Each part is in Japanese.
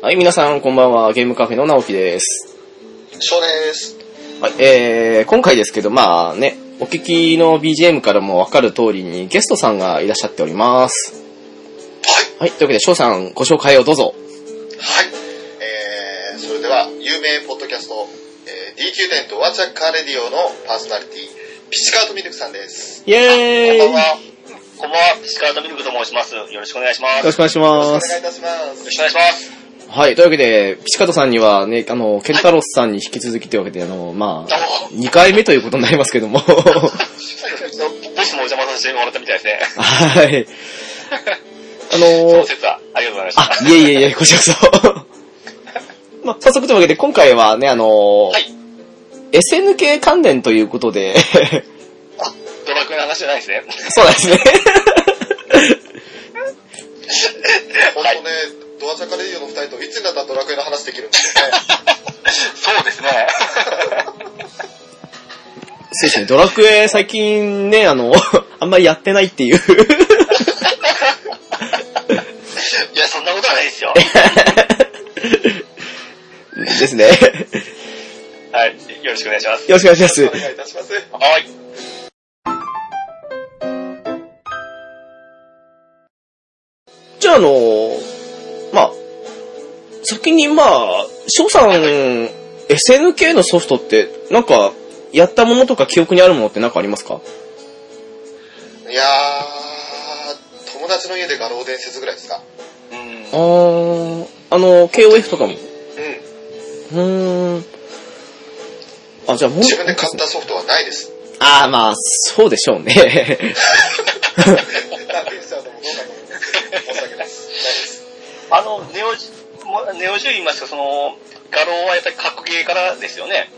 はい、皆さん、こんばんは。ゲームカフェの直樹です。そうです。はい、えー、今回ですけど、まあね、お聞きの BGM からもわかる通りに、ゲストさんがいらっしゃっております。ははい。い、というわけで、翔さん、ご紹介をどうぞ。はい。えー、それでは、有名ポッドキャスト、えー、DQ10 とワチャッカーレディオのパーソナリティ、ピチカートミルクさんです。イェーイこよんばんは。よこんばんは、ピチカートミルクと申します。よろしくお願いします。ろよしくお願いしろましくおす。願いいたしますろし。くお願いします。はい、というわけで、ピチカトさんにはね、あの、ケンタロスさんに引き続きというわけで、あの、まあ、ど2回目ということになりますけど も。うもボスもお邪魔させてもらったみたいですね。はい。あそのの、説は、ありがとうございました。あ、いえいえいえ、こちらこそ。まあ、早速というわけで、今回はね、あのーはい SNK 関連ということで、 ドラクエの話じゃないですね。そうなんですね。本当ね、ドワチャッカーレディオの二人といつになったらドラクエの話できるんですよね。そうですね。そうですね、ドラクエ最近ね、あの、 あんまりやってないっていう。 いや、そんなことはないですよ。ですね。はい。よろしくお願いします。よろしくお願いしますお。願いいたします。はい。じゃあ、あのーまあ、先にまあ、翔さん、SNK のソフトって、なんか、やったものとか記憶にあるものってなんかありますかいやー、友達の家で画廊伝説ぐらいですか。うん。あー、あの、KOF とかも。うん。うーん。あ、じゃあもう。 自分で買ったソフトはない です。ああ、まあ、そうでしょう ね。なんて言っちゃうともどうかと思うんですけど申し訳ないです。ないです。あの、ネオジ、もネオジュ言いますか、その、画廊はやっぱり格ゲーからですよね。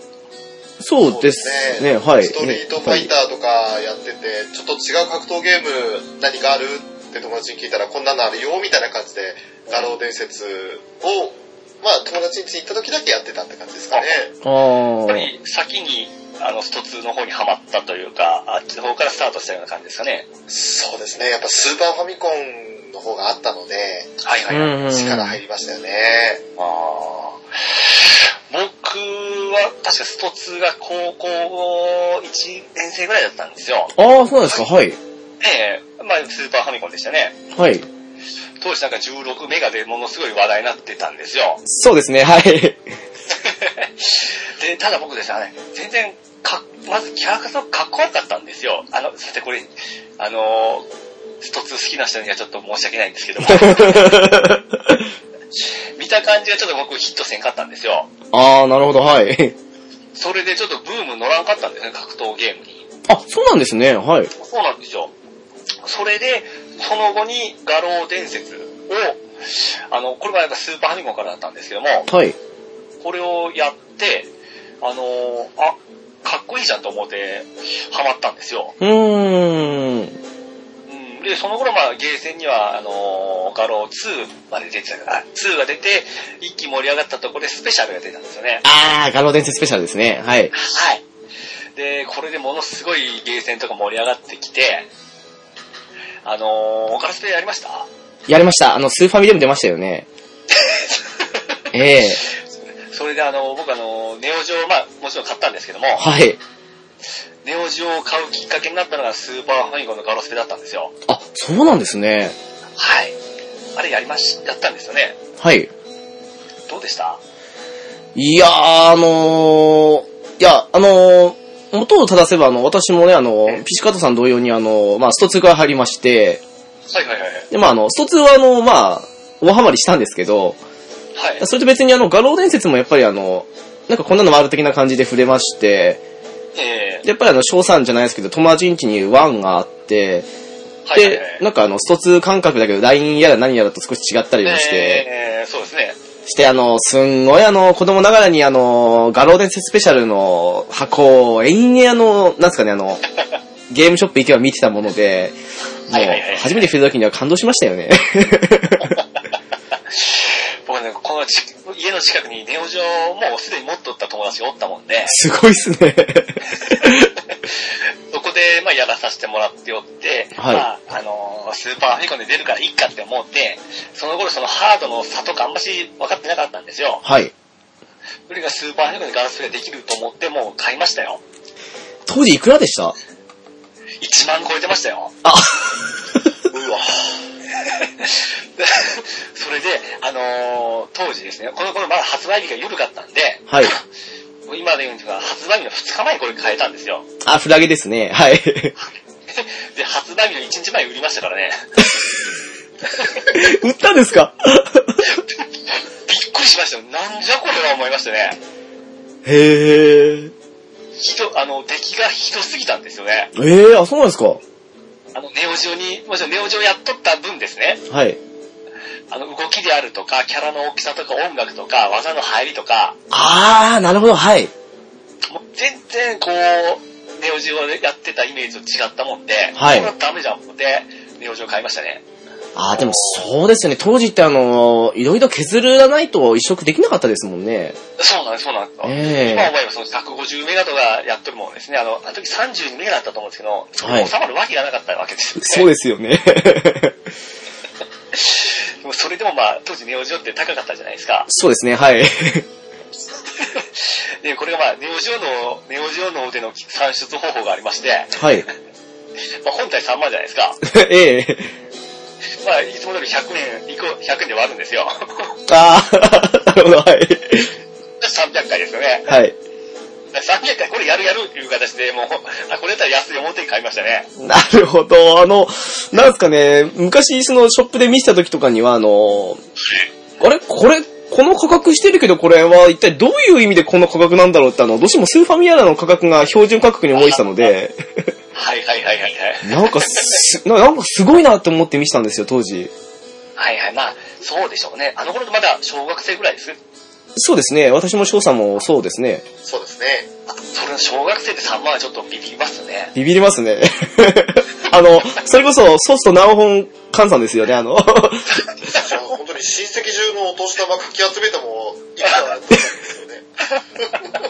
そうですね、はい。ストリートファイターとかやってて、ちょっと違う格闘ゲーム何かあるって友達に聞いたら、こんなのあるよみたいな感じで、画廊伝説を、まあ友達に行った時だけやってたって感じですかね。やっあぱり先に、あの、スト2の方にはまったというか、あっちの方からスタートしたような感じですかね。そうですね。やっぱスーパーファミコンの方があったので、はいあ。はいはい。うん。力入りましたよね。あー僕は確かスト2が高校1年生ぐらいだったんですよ。ああ、そうなんですか、はい。ええまあスーパーファミコンでしたね。はい。当時なんか16メガでものすごい話題になってたんですよ。そうですね、はい。 で、ただ僕ですね、全然か、まずキャラクターがかっこよかったんですよ。あの、さてこれ、あのスト2好きな人にはちょっと申し訳ないんですけども。見た感じがちょっと僕ヒットせんかったんですよ。ああ、なるほど、はい。それでちょっとブーム乗らんかったんですね、格闘ゲームに。あ、そうなんですね、はい。そうなんですよ。それで、その後に画廊伝説を、あの、これはやっぱスーパーファミコンからだったんですけども、はい。これをやって、あのーあ、かっこいいじゃんと思って、ハマったんですよ。うーん。うん、で、その頃、まあ、ゲーセンには、あのー画廊2まで出てたから、2が出て、一気に盛り上がったところでスペシャルが出たんですよね。ああ、画廊伝説スペシャルですね、はい。はい。で、これでものすごいゲーセンとか盛り上がってきて、あのー、ガラスペやりましたやりました。あの、スーファミでも出ましたよ ね。ええそれであの、僕あの、ネオジオ、まあ、もちろん買ったんですけども、はい。ネオジオを買うきっかけになったのがスーパーファミコンのガロスペだったんですよ。あ、そうなんですね。はい。あれやりまし、やったんですよね。はい。どうでしたいやー、あのー、いや、あのー、元を正せば、あの、私もね、あの、ピチカートさん同様に、あの、まあ、スト2から入りまして、はいはいはいはい。で、まあ、あの、スト2は、あの、まあ、大ハマりしたんですけど、はい。それと別に、あの、画廊伝説もやっぱり、あの、なんかこんなのもある的な感じで触れまして、えでやっぱりあの、翔さんじゃないですけど、友達ん家にワンがあって、ー、はいはいでは、い。なんかあの、スト2感覚だけど、LINE やら何やらと少し違ったりもして、えー、そうですね。して、あの、すんごいあの、子供ながらにあの、画廊伝説スペシャルの箱を延々あの、なんすかね、あ の、ゲームショップ行けば見てたもので、もはいはいはうい、初めて触れた時には感動しましたよね。 僕ね、このち家の近くにネオジオをもうすでに持っとった友達がおったもんで、すごいっすね。そこで、まあ、やらさせてもらっておって、はいまあ、あのースーパーファミコンで出るからいいかって思って、その頃そのハードの差とかあんまし分かってなかったんですよ。はい。それがスーパーファミコンでガラスプレイできると思ってもう買いましたよ。当時いくらでした1万超えてましたよ。あ、うわ それで、あのー当時ですね、この頃まだ発売日が緩かったんで、はい。もう今で言うんですが、発売日の2日前にこれ買えたんですよ。 あ、フラゲですね。はい。 で、発売日の1日前に売りましたからね。 売ったんですかびっくりしましたよ。なんじゃこれは思いましたね。へえ。ひど、あの、出来がひどすぎたんですよね。ええあ、そうなんですかあの、ネオジオに、もちろんネオジオやっとった分ですね、はい。あの、動きであるとか、キャラの大きさとか、音楽とか、技の入りとか、あー、なるほど、はい。もう全然こう、ネオジオでやってたイメージと違ったもんで、はいこれはダメじゃん思って、ネオジオ買いましたね。あー、でもそうですよね。当時ってあのー、いろいろ削らないと移植できなかったですもんね。そうなんです、そうなんです。え今え思えばその150メガとかやっとるものですね、あの、あの時32メガだったと思うんですけど、それに収まるわけがなかったわけですよ ね。そうですよね。でもそれでもまあ、当時ネオジオって高かったじゃないですか。そうですね、はい。で、これがまあ、ネオジオの、ネオジオのでの算出方法がありまして、はい。まあ、本体3万じゃないですか。 ええまあ、いつも通り100円、いこ100円で割るんですよ。 あー、なるほど、はい。 300回ですよね。はい。 300回これやるやるっていう形でもう、あ、これだったら安い思って買いましたね。なるほど。あの、なんですかね、昔そのショップで見せた時とかには、あの、あれこれ、この価格してるけどこれは一体どういう意味でこの価格なんだろうってあの、どうしてもスーファミアラの価格が標準価格に思いしたので、はいはいはいはいはい。 なんかす、ななんかすごいなって思って見せたんですよ、当時。はいはい、まあ、そうでしょうね。あの頃まだ小学生ぐらいです。そうですね、私も翔さんもそうですね。そうですね。それの小学生で3万はちょっとビビりますね。ビビりますね。 あの、それこそソースとナオホン換算ですよね、あの。 本当に親戚中のお年玉かき集めても、いくらだったんですよね。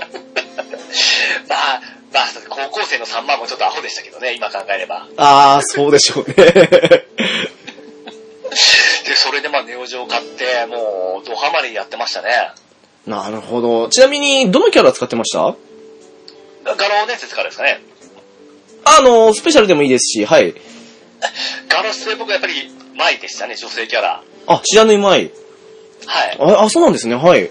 まあ、まあ、高校生の3万もちょっとアホでしたけどね、今考えれば。あー、そうでしょうね。 で、それでまあ、ネオジオ買って、もう、ドハマりやってましたね。なるほど。ちなみに、どのキャラ使ってましたガロー伝説からですかね。あの、スペシャルでもいいですし、はい。ガロスで僕はやっぱり、前でしたね、女性キャラ。あ、知らぬいまい。はい。あ、あそうなんですね、はい。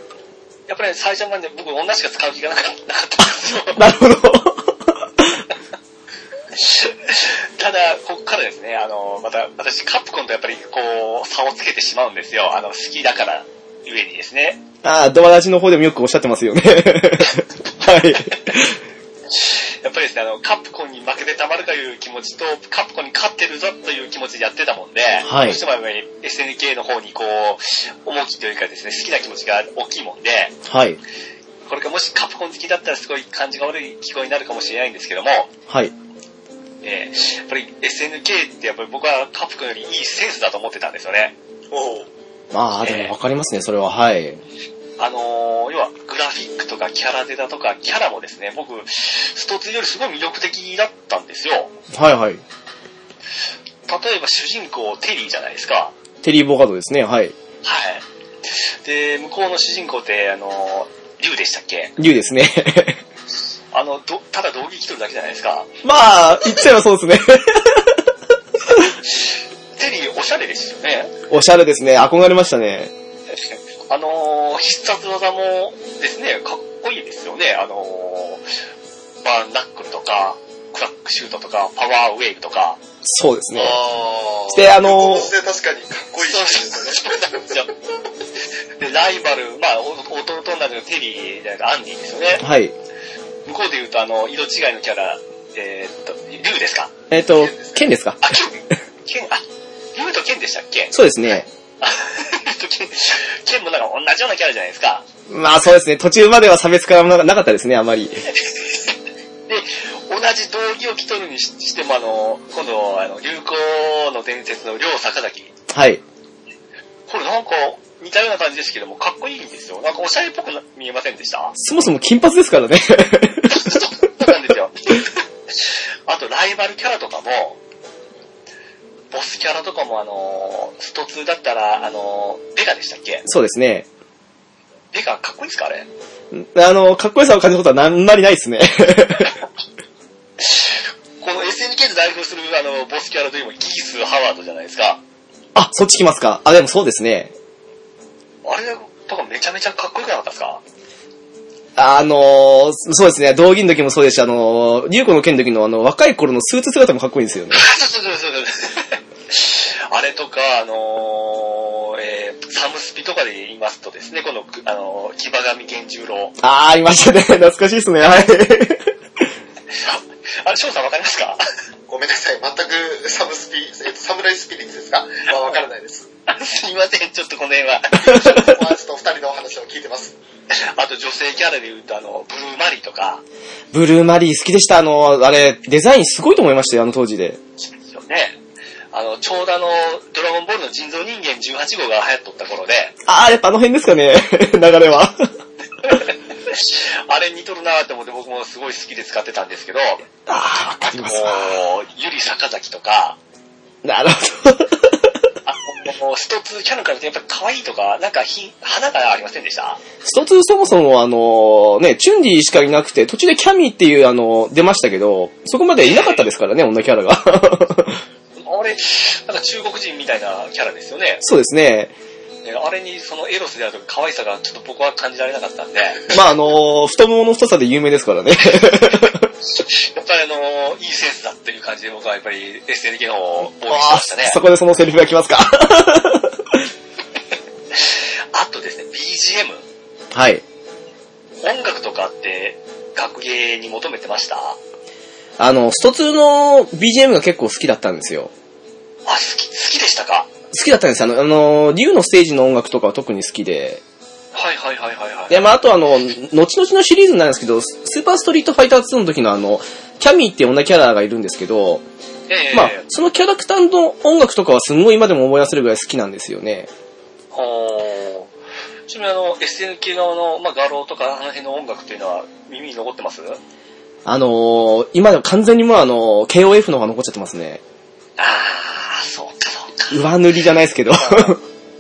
やっぱり最初なんで僕女しか使う気がなかったなかったんですよ。なるほど。 ただ、ここからですね、あの、また、私、カプコンとやっぱり、こう、差をつけてしまうんですよ。あの、好きだから、ゆえにですね。あー、ドアラジの方でもよくおっしゃってますよね。 はい。やっぱりですね、あの、カプコンに負けてたまるかいう気持ちと、カプコンに勝ってるぞという気持ちでやってたもんで、はいどうしてもやっぱり SNK の方にこう、重きというかですね、好きな気持ちが大きいもんで、はい。これがもしカプコン好きだったらすごい感じが悪い気候になるかもしれないんですけども、はい。えーやっぱり SNK ってやっぱり僕はカプコンよりいいセンスだと思ってたんですよね。 おうあー、でもわかりますね、それは。はい。あのー要はグラフィックとかキャラデザとかキャラもですね、僕、スト2よりすごい魅力的だったんですよ。はいはい。例えば主人公テリーじゃないですか。テリー・ボガードですね、はい。はい。で、向こうの主人公って、あの、竜でしたっけ竜ですね。 あの、ど、ただ道着着とるだけじゃないですか。まあ、言っちゃえばそうですね。テリーおしゃれですよね。おしゃれですね、憧れましたね。あのー、必殺技もですね、かっこいいですよね。あのー、バーンナックルとか、クラックシュートとか、パワーウェイブとか。そうですね。あーであのーということで確かにかっこいい人ですよね。そうなんですよ。 で、ライバル、まあ、お弟になるのテリーじゃないか、アンディですよね。はい。向こうで言うと、あの、色違いのキャラ、えーっと、竜ですかえっ、と、剣ですかあ、剣、剣、あ、竜と剣でしたっけそうですね。あ竜と剣、剣もなんか同じようなキャラじゃないですか。まあそうですね、途中までは差別化がなかったですね、あまり。で、同じ道着を着とるにししても、あの、今度、あの、流行の伝説の両坂崎。はい。これなんか、似たような感じですけども、かっこいいんですよ。なんかおしゃれっぽくな見えませんでしたそもそも金髪ですからね。 そうなんですよ。あと、ライバルキャラとかも、ボスキャラとかもあのー、スト2だったら、あのー、ベガでしたっけそうですね。ベガかっこいいんですかあれ。あの、かっこよさを感じることはなんなりないですね。 この SNK で代表するあの、ボスキャラといえばギース、ハワードじゃないですか。あ、そっち来ますか。あ、でもそうですね。あれとかめちゃめちゃかっこよくなかったです かあの、そうですね。道着の時もそうですし、あの、竜子の剣の時のあの、若い頃のスーツ姿もかっこいいんですよねあ。そうそうそうそうそう。あれとか、あのー、えーサムスピとかで言いますとですね、この、くあのー、木場上源十郎。あー、ありましたね。懐かしいですね。はい。あれ、翔さんわかりますかごめんなさい。全くサムスピ、えっと、サムライスピリッツですかまあ、わからないです。 すいません、ちょっとこの辺は。友達と二人のお話を聞いてます。あと女性キャラで言うと、あの、ブルーマリとか、ブルーマリー好きでした。あの、あれ、デザインすごいと思いましたよ、あの当時で。ですよね。あの、ちょうどあの、ドラゴンボールの人造人間18号が流行っとった頃で、あー、やっぱあの辺ですかね。 流れは。あれ似とるなーって思って僕もすごい好きで使ってたんですけど、あー、わかりもますわ。う、ゆり坂崎とか、なるほど。あの、スト2キャノンから見てやっぱり可愛いとか、なんかひ、花がありませんでした一つそもそもあの、ね、チュンリーしかいなくて、途中でキャミーっていうあの、出ましたけど、そこまでいなかったですからね、女キャラが。 あれ、なんか中国人みたいなキャラですよね。そうですね。ねあれにそのエロスであるとか可愛さがちょっと僕は感じられなかったんで、まああの、太ももの太さで有名ですからね。やっぱりあの、いいセンスだっていう感じで僕はやっぱり SNK の方を応援してあましたねー。 そこでそのセリフが来ますか。 あとですね、BGM。はい。音楽とかって、学芸に求めてましたあ、あの、スト2の BGM が結構好きだったんですよ。好き、好きでしたか好きだったんですよ。あの、あの、竜のステージの音楽とかは特に好きで。はいはいはいはいはい。で、まああとあの、後々のシリーズになるんですけど、スーパーストリートファイター2の時のあの、キャミーって女キャラがいるんですけど、ええまあ、そのキャラクターの音楽とかはすごい今でも思い出せるぐらい好きなんですよね。ほーちなみにあの、SNK 側の、まあ、画廊とかあの辺の音楽っていうのは耳に残ってますあのー、今でも完全にもうあのー、KOF の方が残っちゃってますね。あー、そうかそうか。上塗りじゃないですけど。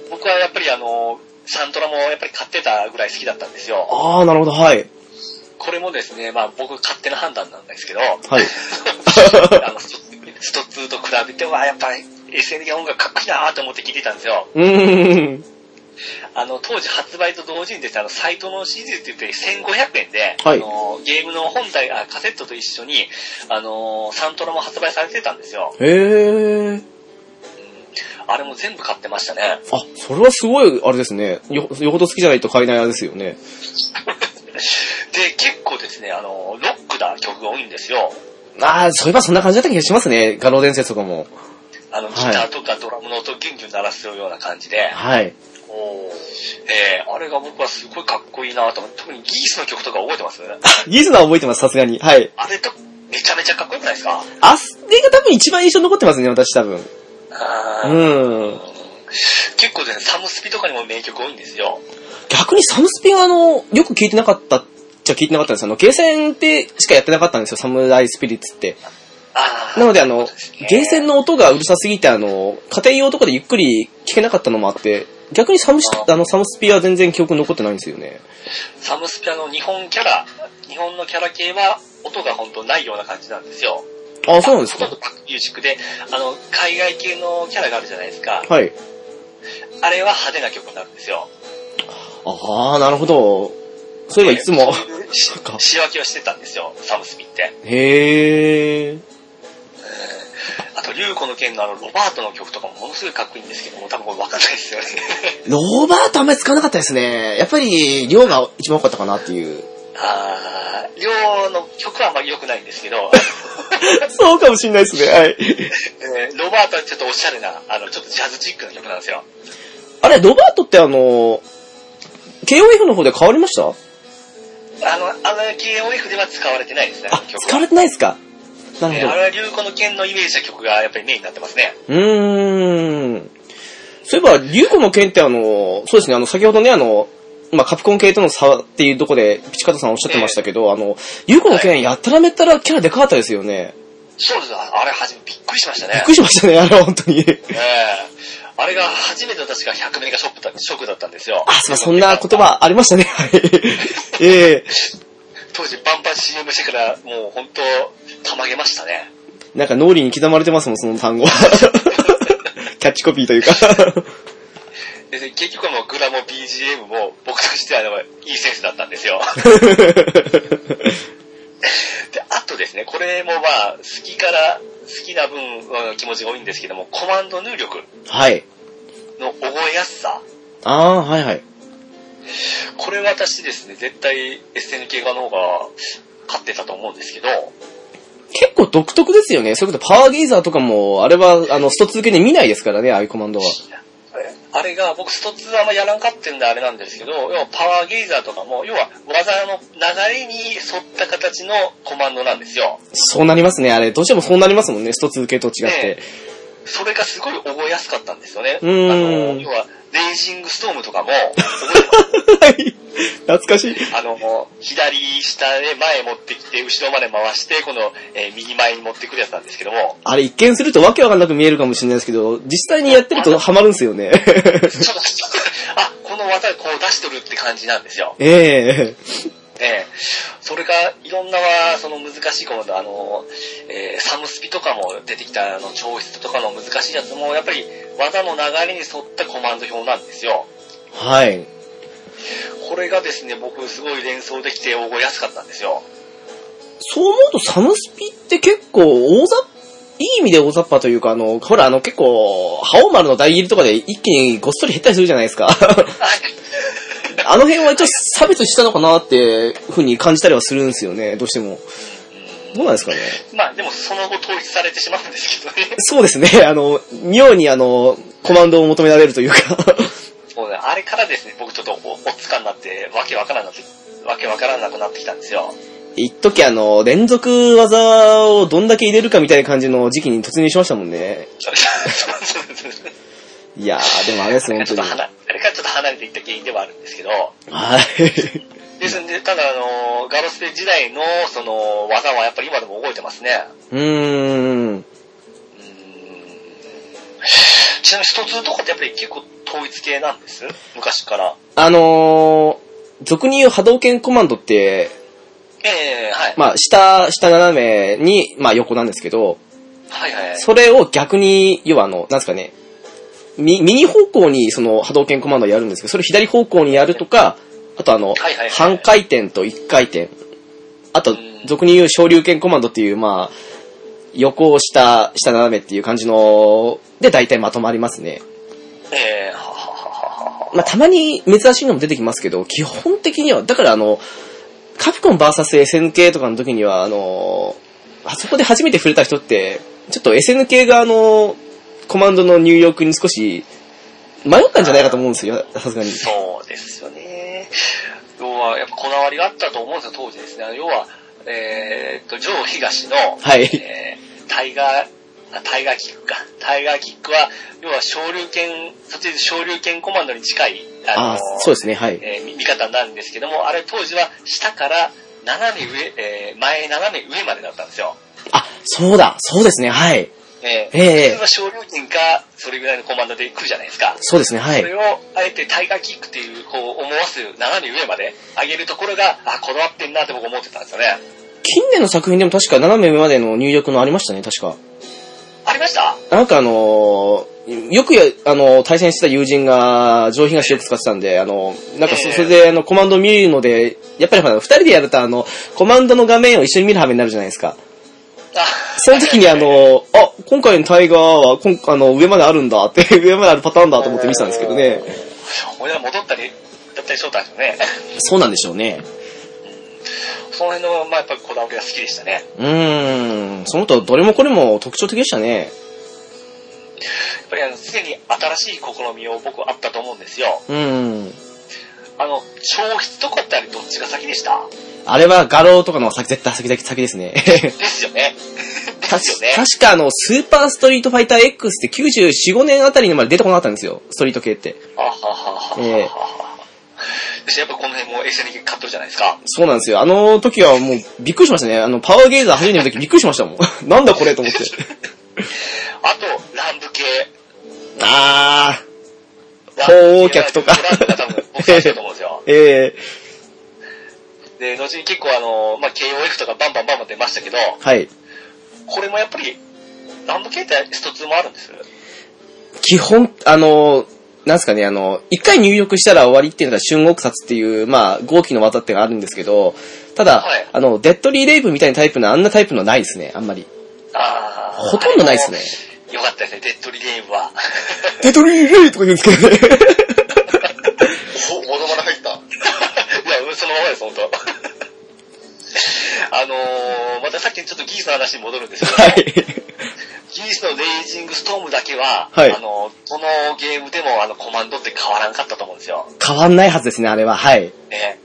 僕はやっぱりあの、サントラもやっぱり買ってたぐらい好きだったんですよ。 あー、なるほど、はい。これもですね、まあ僕勝手な判断なんですけど、はい。あの、ストスト2と比べては、やっぱり SNK 音楽かっこいいなーと思って聞いてたんですよ。うーん。あの、当時発売と同時にですね、あの、サイトの CD って言って1500円で、はいあの、ゲームの本体、あ、カセットと一緒に、あの、サントラも発売されてたんですよ。へー。あれも全部買ってましたね。あ、それはすごい、あれですね。よ、よほど好きじゃないと買えないあれですよね。で、結構ですね、あの、ロックな曲が多いんですよ。あー、そういえばそんな感じだった気がしますね。画廊伝説とかも。あの、はギいターとかドラムの音をギュンギュン鳴らすような感じで、はい。えーあれが僕はすごいかっこいいなと思って、特にギースの曲とか覚えてますギズナは覚えてます、さすがに。はい。あれと、めちゃめちゃかっこよくないですあかれが多分一番印象に残ってますね、私多分。あうーーん。結構ですね、サムスピとかにも名曲多いんですよ。逆にサムスピはあの、よく聞いてなかったっちゃ聞いてなかったんですあの、ゲーセンでしかやってなかったんですよ、サムライスピリッツって。あーなのであのそうですね、ゲーセンの音がうるさすぎてあの、家庭用とかでゆっくり聞けなかったのもあって、逆にサムスああのサムスピは全然記憶に残ってないんですよね。サムスピアの日本キャラ、日本のキャラ系は音が本当ないような感じなんですよ。あ、そうなんですほとんかどバックミュージックで、あの、海外系のキャラがあるじゃないですか。はい。あれは派手な曲になるんですよ。ああ、なるほど。そういえばいつ も。しそっか仕分けをしてたんですよ、サムスピって。へえ。あと、竜子の剣のあの、ロバートの曲とかもものすごいかっこいいんですけども、多分これわかんないですよね。ローバートあんまり使わなかったですね。やっぱり、量が一番多かったかなっていう。あー、両の曲はあんまり良くないんですけど、そうかもしんないですね。はい。えーロバートはちょっとおしゃれな、あの、ちょっとジャズチックな曲なんですよ。 あれ、ロバートってあの、KOF の方で変わりましたあの、あの KOF では使われてないですね、あ、曲使われてないですかなるえーあほれは流行の剣のイメージした曲がやっぱりメインになってますね。ど。うーん。そういえば、リュウコの剣ってあの、そうですね、あの、先ほどね、あの、まあ、カプコン系との差っていうとこで、ピチカタさんおっしゃってましたけど、あの、リュウコの剣やったらめったらキャラでかかったですよね。そうです。あれ、はじめ、びっくりしましたねびっ。くりしましたね、あれは本当に。ええあれが初めての確か100メガショックだショックだったんですよ。あ、すいません、そんな言葉ありましたね。 はい。ええ当時バンバン CM してから、もう本当、たまげましたね。なんか脳裏に刻まれてますもん、その単語は。キャッチコピーというか。で、で結局はもうグラも BGM も僕としてはあの、いいセンスだったんですよ。で、あとですね、これもまあ、好きから、好きな分、うん気持ちが多いんですけども、コマンド入力はい。の覚えやすさ。ああー、はいはい。これ私ですね、絶対 SNK 側の方が勝ってたと思うんですけど、結構独特ですよね。それこそパワーゲイザーとかも、あれは、あの、スト続けで見ないですからね、ああいうコマンドは。あれが、僕スト2あんまやらんかってんであれなんですけど、要はパワーゲイザーとかも、要は技の流れに沿った形のコマンドなんですよ。そうなりますね、あれ。どうしてもそうなりますもんね、スト続けと違って。それがすごい覚えやすかったんですよね。あうの、ーん要は、レイジングストームと かも、はい。懐かしい。あの、左下で前持ってきて、後ろまで回して、この、えー右前に持ってくるやつなんですけども、あれ一見するとわけわかんなく見えるかもしれないですけど、実際にやってるとハマるんですよね。ちょっと、あ、この技こう出しとるって感じなんですよ。ええね、それがいろんなその難しいコマンド、あの、えーサムスピとかも出てきたあの調質とかの難しいやつも、やっぱり技の流れに沿ったコマンド表なんですよ。はい。これがですね、僕すごい連想できて覚えやすかったんですよ。そう思うとサムスピって結構大雑いい意味で大雑把というか、あの、ほら、あの、結構、ハオマルの大切りとかで一気にごっそり減ったりするじゃないですか。 あの辺は一応差別したのかなって、ふうに感じたりはするんですよね、どうしても。どうなんですかね。まあでもその後統一されてしまうんですけどね。そうですね、 あの、妙にあの、コマンドを求められるというか。そうね、あれからですね、僕ちょっとおおっつかになって、わけわからなくなって、わけわからなくなってきたんですよ。 一時あの、連続技をどんだけ入れるかみたいな感じの時期に突入しましたもんね。そうそうそうそういやー、でもあれですね、ちょ本っと当に。離あれからちょっと離れていった原因ではあるんですけど、はい。 ですんで、ただあの、ガロステ時代のその技はやっぱり今でも覚えてますね。うーん。うーんちなみに一つのとこってやっぱり結構統一系なんです昔から。あのー、俗に言う波動拳コマンドって、ええはい。まあ、下、下斜めに、まあ、横なんですけど、はいはい。それを逆に、要はあの、なんですかね、み右方向にその波動拳コマンドをやるんですけど、それを左方向にやるとか、あとあの、はいはいはい半回転と一回転。あうとん、俗に言う昇竜拳コマンドっていう、まあ、横を下、下斜めっていう感じの、で大体まとまりますね。ええははははは。まあ、たまに珍しいのも出てきますけど、基本的には、だからあの、カプコン VSSNK とかの時には、あの、あそこで初めて触れた人って、ちょっと SNK 側のコマンドの入力に少し迷ったんじゃないかと思うんですよ、さすがに。そうですよね。要は、やっぱこだわりがあったと思うんですよ、当時ですね。要は、えーっと、上東の、はい。えータイガー、あタイガーキックか。タイガーキックは、要は昇竜拳、そっちで昇竜拳コマンドに近い、あのあ、そうですね、はい。えー見見方なんですけども、あれ当時は下から斜め上、えー前斜め上までだったんですよ。あ、そうだ、そうですね、はい。えーええ普通は昇竜拳か、それぐらいのコマンドで来るじゃないですか。そうですね、はそい。れを、あえてタイガーキックっていう、こう、思わす斜め上まで上げるところが、あ、こだわってんなって僕思ってたんですよね。近年の作品でも確か斜め上までの入力のありましたね、確か。ありましたなんかあのーよくや、あのー対戦してた友人が、上品菓子よく使ってたんで、あのーなんかそええそれで、あの、コマンドを見るので、やっぱりほら、二人でやると、あの、コマンドの画面を一緒に見る羽目になるじゃないですか。あ、その時にあのーあ、今回のタイガーは、こんあの、上まであるんだって、 上まであるパターンだと思って見てたんですけどね。 俺ら戻ったり、だったりしとったんですよね。そうなんでしょうね。その辺の、まあやっぱりこだわりが好きでしたね。うーん、その他、どれもこれも特徴的でしたね。やっぱりあの、すでに新しい試みを僕はあったと思うんですよ。うーん。あの、消失とかってあれどっちが先でしたあれは、画廊とかの先、絶対先だけ先ですね。 ですよね。で確すよね。確かあの、スーパーストリートファイター X って94、5年あたりにまで出てこなかったんですよ、ストリート系って。あはははははは。そしてやっぱこの辺も SNK 買っとるじゃないですか。そうなんですよ。あの時はもうびっくりしましたね。あの、パワーゲーザー初めての時びっくりしましたもん。 なんだこれと 思って。あと、ランブ系。あー、鳳凰客とかランブが多分僕買ってると思うんですよ。えで、後に結構あの、まあ、KOF とかバンバンバンバン出ましたけど、ー、はい。これもやっぱり、ランブ系ってスト2もあるんです。基本、あの、なんすかね、あの、一回入力したら終わりっていうのが春国殺っていう、まあ、号機の技ってがあるんですけど、ただ、はいあの、デッドリーレイブみたいなタイプの、あんなタイプのはないですね、あんまり。あーほとんどないですね。。よかったですね、デッドリレームは。デッドリーレイとか言うんですけど ね。お、モノマネ入った。いや、そのままです、本当。あのー、またさっきちょっとギースの話に戻るんですけど、はい。ギースのレイジングストームだけは、はいあのー、どのゲームでもあのコマンドって変わらんかったと思うんですよ。変わんないはずですね、あれは。はい。ね。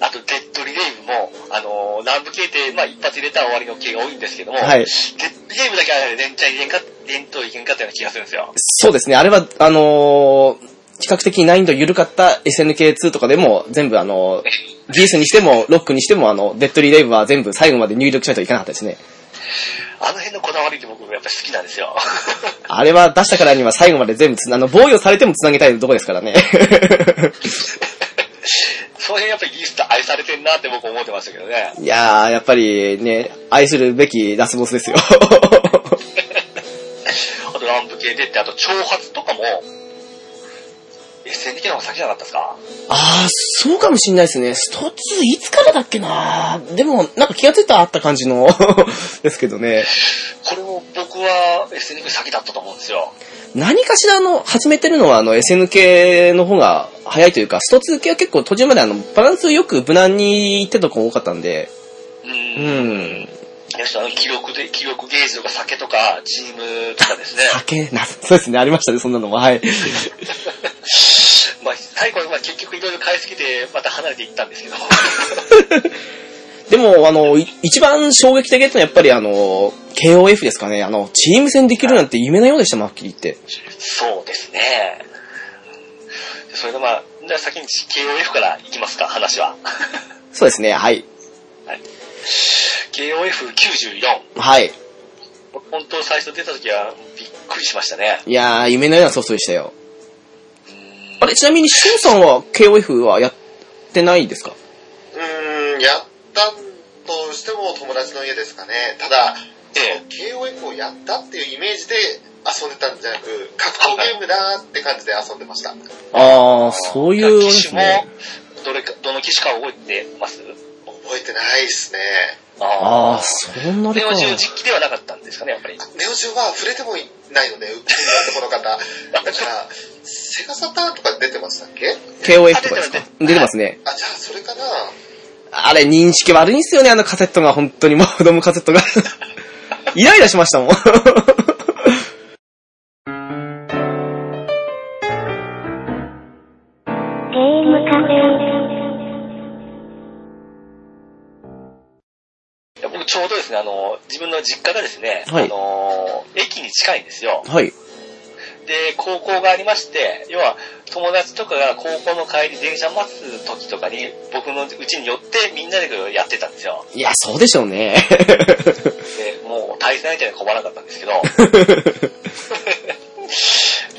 あと、デッドリレイブも、あのー、南部系って、まあ一発入れたら終わりの系が多いんですけども、はいデッドリレイブだけはね連チャン入れんか、連投入れんかったような気がするんですよ。そうですね、あれは、あのー比較的難易度緩かった SNK2 とかでも、全部あのー、ギースにしても、ロックにしても、あの、デッドリーレイブは全部最後まで入力しないといかなかったですね。あの辺のこだわりって僕やっぱり好きなんですよ。 あれは出したからには最後まで全部つな、あの、防御されても繋げたいとこですからね。 その辺やっぱりギースって愛されてんなって僕思ってましたけどね。いやー、やっぱりね、愛するべきラスボスですよ。あとランプ系でって、あと挑発とかも、SNK の方が先じゃなかったですか あー、そうかもしんないですね。スト2いつからだっけなでも、なんか気がついたらあった感じの、 ですけどね。これも僕は SNK 先だったと思うんですよ。何かしらの、始めてるのは、あの、SNK の方が早いというか、スト2系は結構途中まであの、バランスよく無難にいってたとこ多かったんで、う。うんん。やあの記録で、記録ゲージとか酒とか、チームとかですね。酒、な、そうですね、ありましたね、そんなのも。はい。まあ、最後はまあ結局いろいろ買いすぎて、また離れていったんですけど。でも、あの、い一番衝撃的だったのはやっぱりあの、KOF ですかね。あの、チーム戦できるなんて夢のようでした、はっきり言って。そうですね。それでまあ、じゃあ先に KOF からいきますか、話は。そうですね、はい。 KOF94。はい。本当最初出た時はびっくりしましたね。いやー、夢のようなソフトでしたよ。うんあれ、ちなみに、シュンさんは KOF はやってないですかうーん、やったとしても友達の家ですかね。ただ、ええ KOF をやったっていうイメージで遊んでたんじゃなく、格闘ゲームだーって感じで遊んでました。あー、そういうあれで機す種もね。、どれか、どの機種か覚えてます覚えてないっすね。あー、そんなネでかオジオ実機ではなかったんですかね、やっぱり。ネオジオは触れてもいないので、うっかりこの方。だから、セガサターンとか出てましたっけ KOF とかですか出てま出てますすね。あ、じゃあそれかなあれ、認識悪いんすよね、あのカセットが、本当 にもう、ドムカセットが。イライラしましたもん。ゲームカフいや僕ちょうどですね、あの、自分の実家がですね、はいあの、駅に近いんですよ。はい。で、高校がありまして、要は友達とかが高校の帰り電車待つ時とかに僕の家に寄ってみんなでやってたんですよ。いや、そうでしょうね。で、もう対戦相手に困らなかったんですけど。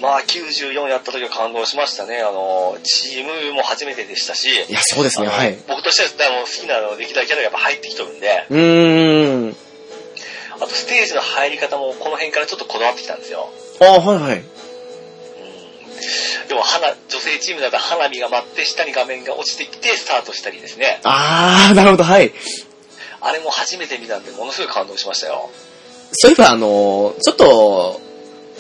まあ、94やった時は感動しましたね。あの、チームも初めてでしたし、いや、そうですね、はい。僕としてはあの好きなあの歴代キャラがやっぱ入ってきとるんで、うーん。あとステージの入り方もこの辺からちょっとこだわってきたんですよ。あはいはい。うん。でも花、女性チームだと花火が舞って下に画面が落ちてきてスタートしたりですね。あー、なるほど、はい。あれも初めて見たんでものすごい感動しましたよ。そういえば、あのー、ちょっと、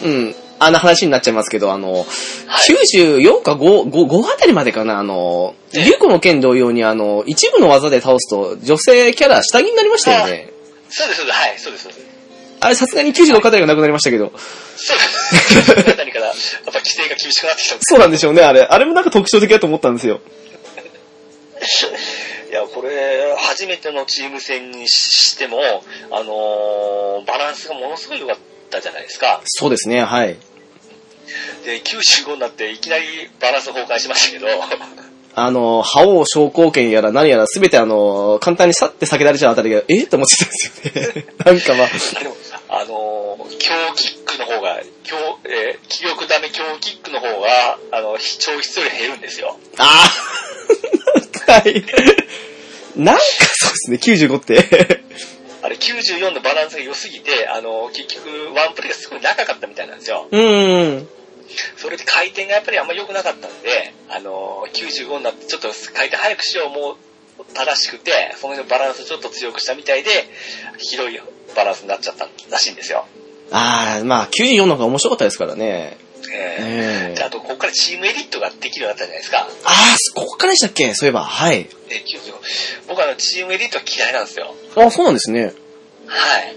うん、あの話になっちゃいますけど、あの、94か5、5、5あたりまでかな、あの、リュウコの剣同様に、あの、一部の技で倒すと、女性キャラ下着になりましたよね。そうです、そうです。はい、そうです、そうです。あれ、さすがに96あたりがなくなりましたけど。そうです。あたりから、やっぱ規制が厳しくなって きたんでそうなんでしょうね、あれ。あれもなんか特徴的だと思ったんですよ。いや、これ、初めてのチーム戦にしても、あのーバランスがものすごい良かったじゃないですか。そうですね、はい。で、95になっていきなりバランス崩壊しましたけど、あの、覇王昇降券やら何やらすべてあの、簡単にさって避けられちゃうあたりが、えー、と思ってたんですよね。 なんかまあ、あでもあのー、強キックの方が、強、えー、記憶ダメ強キックの方が、あの、消失より減るんですよ。ああはい。なんかそうですね、95って。あれ94のバランスが良すぎて、あのー、結局ワンプレーがすごい長かったみたいなんですよ。うーん。それで回転がやっぱりあんま良くなかったんで、あのー、95になってちょっと回転早くしようもう正しくて、その辺のバランスをちょっと強くしたみたいで、ひどいバランスになっちゃったらしいんですよ。ああ、まあ、94の方が面白かったですからね。ええーえであと、ここからチームエディットができるようになったじゃないですか。ああ、ここからでしたっけそういえば、はい。で95僕あ の、チームエディットは嫌いなんですよ。あそうなんですね。はい。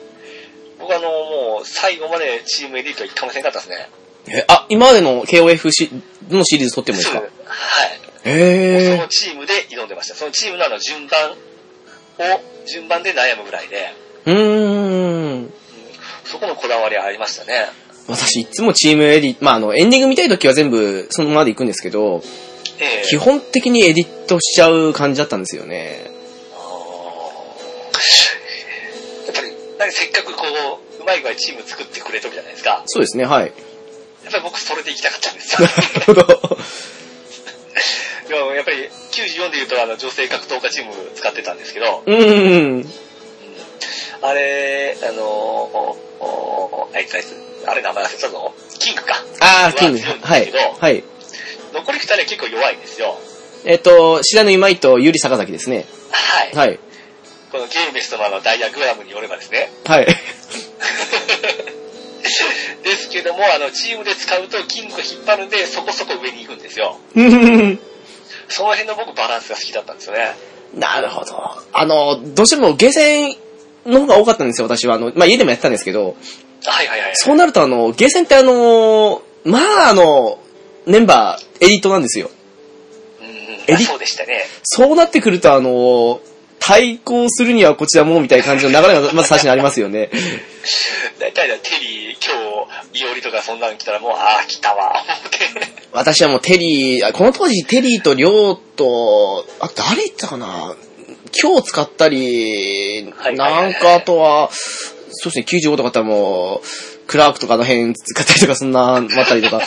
僕あの、もう、最後までチームエディートは一回もせんかったですね。え、あ、今までの KOFC のシリーズ撮ってもいいですそうかはい。へそえの。チームで挑んでました。そのチームのあの、順番を、順番で悩むぐらいで、うーん。そこのこだわりはありましたね。私、いつもチームエディ、まあ、あの、エンディング見たい時は全部、そのままで行くんですけど、ええ基本的にエディットしちゃう感じだったんですよね。やっぱり、なんかせっかくこう、うまい具合にチーム作ってくれとるじゃないですか。そうですね、はい。やっぱり僕それで行きたかったんで すよ。なるほど。でもやっぱり、94で言うとあの、女性格闘家チーム使ってたんですけど、うーん。あれ、あのーおおあいつあいつ、あれ名前忘れたぞ。キングか。ああ、キング。強いんですけどはい。はい。残り二人は結構弱いんですよ。えっと、白の今井とゆり坂崎ですね。はい。はい。このゲームベストのあのダイヤグラムによればですね。はい。ですけども、あの、チームで使うとキングが引っ張るんで、そこそこ上に行くんですよ。ふんふんふんその辺の僕バランスが好きだったんですよね。 なるほど。あの、どうしてもゲーセンの方が多かったんですよ、私は。あの、まあ、家でもやってたんですけど、はいはいはい。そうなるとあの、ゲーセンってあの、まああの、メンバー、エリートなんですよ。うんエうん、リそうでしたね。そうなってくるとあの、対抗するにはこちらも、みたいな感じの流れがまず最初にありますよ ね。大体だ、テリー、今日、イオリとかそんなの来たらもう、ああ、来たわ、思って。私はもうテリー、あこの当時テリーとリョウと、あ、誰言ったかな今日使ったり、はいなんかあとは、そうですね、95とかだったらもう、クラークとかあの辺使ったりとか、そんな、まったり とか。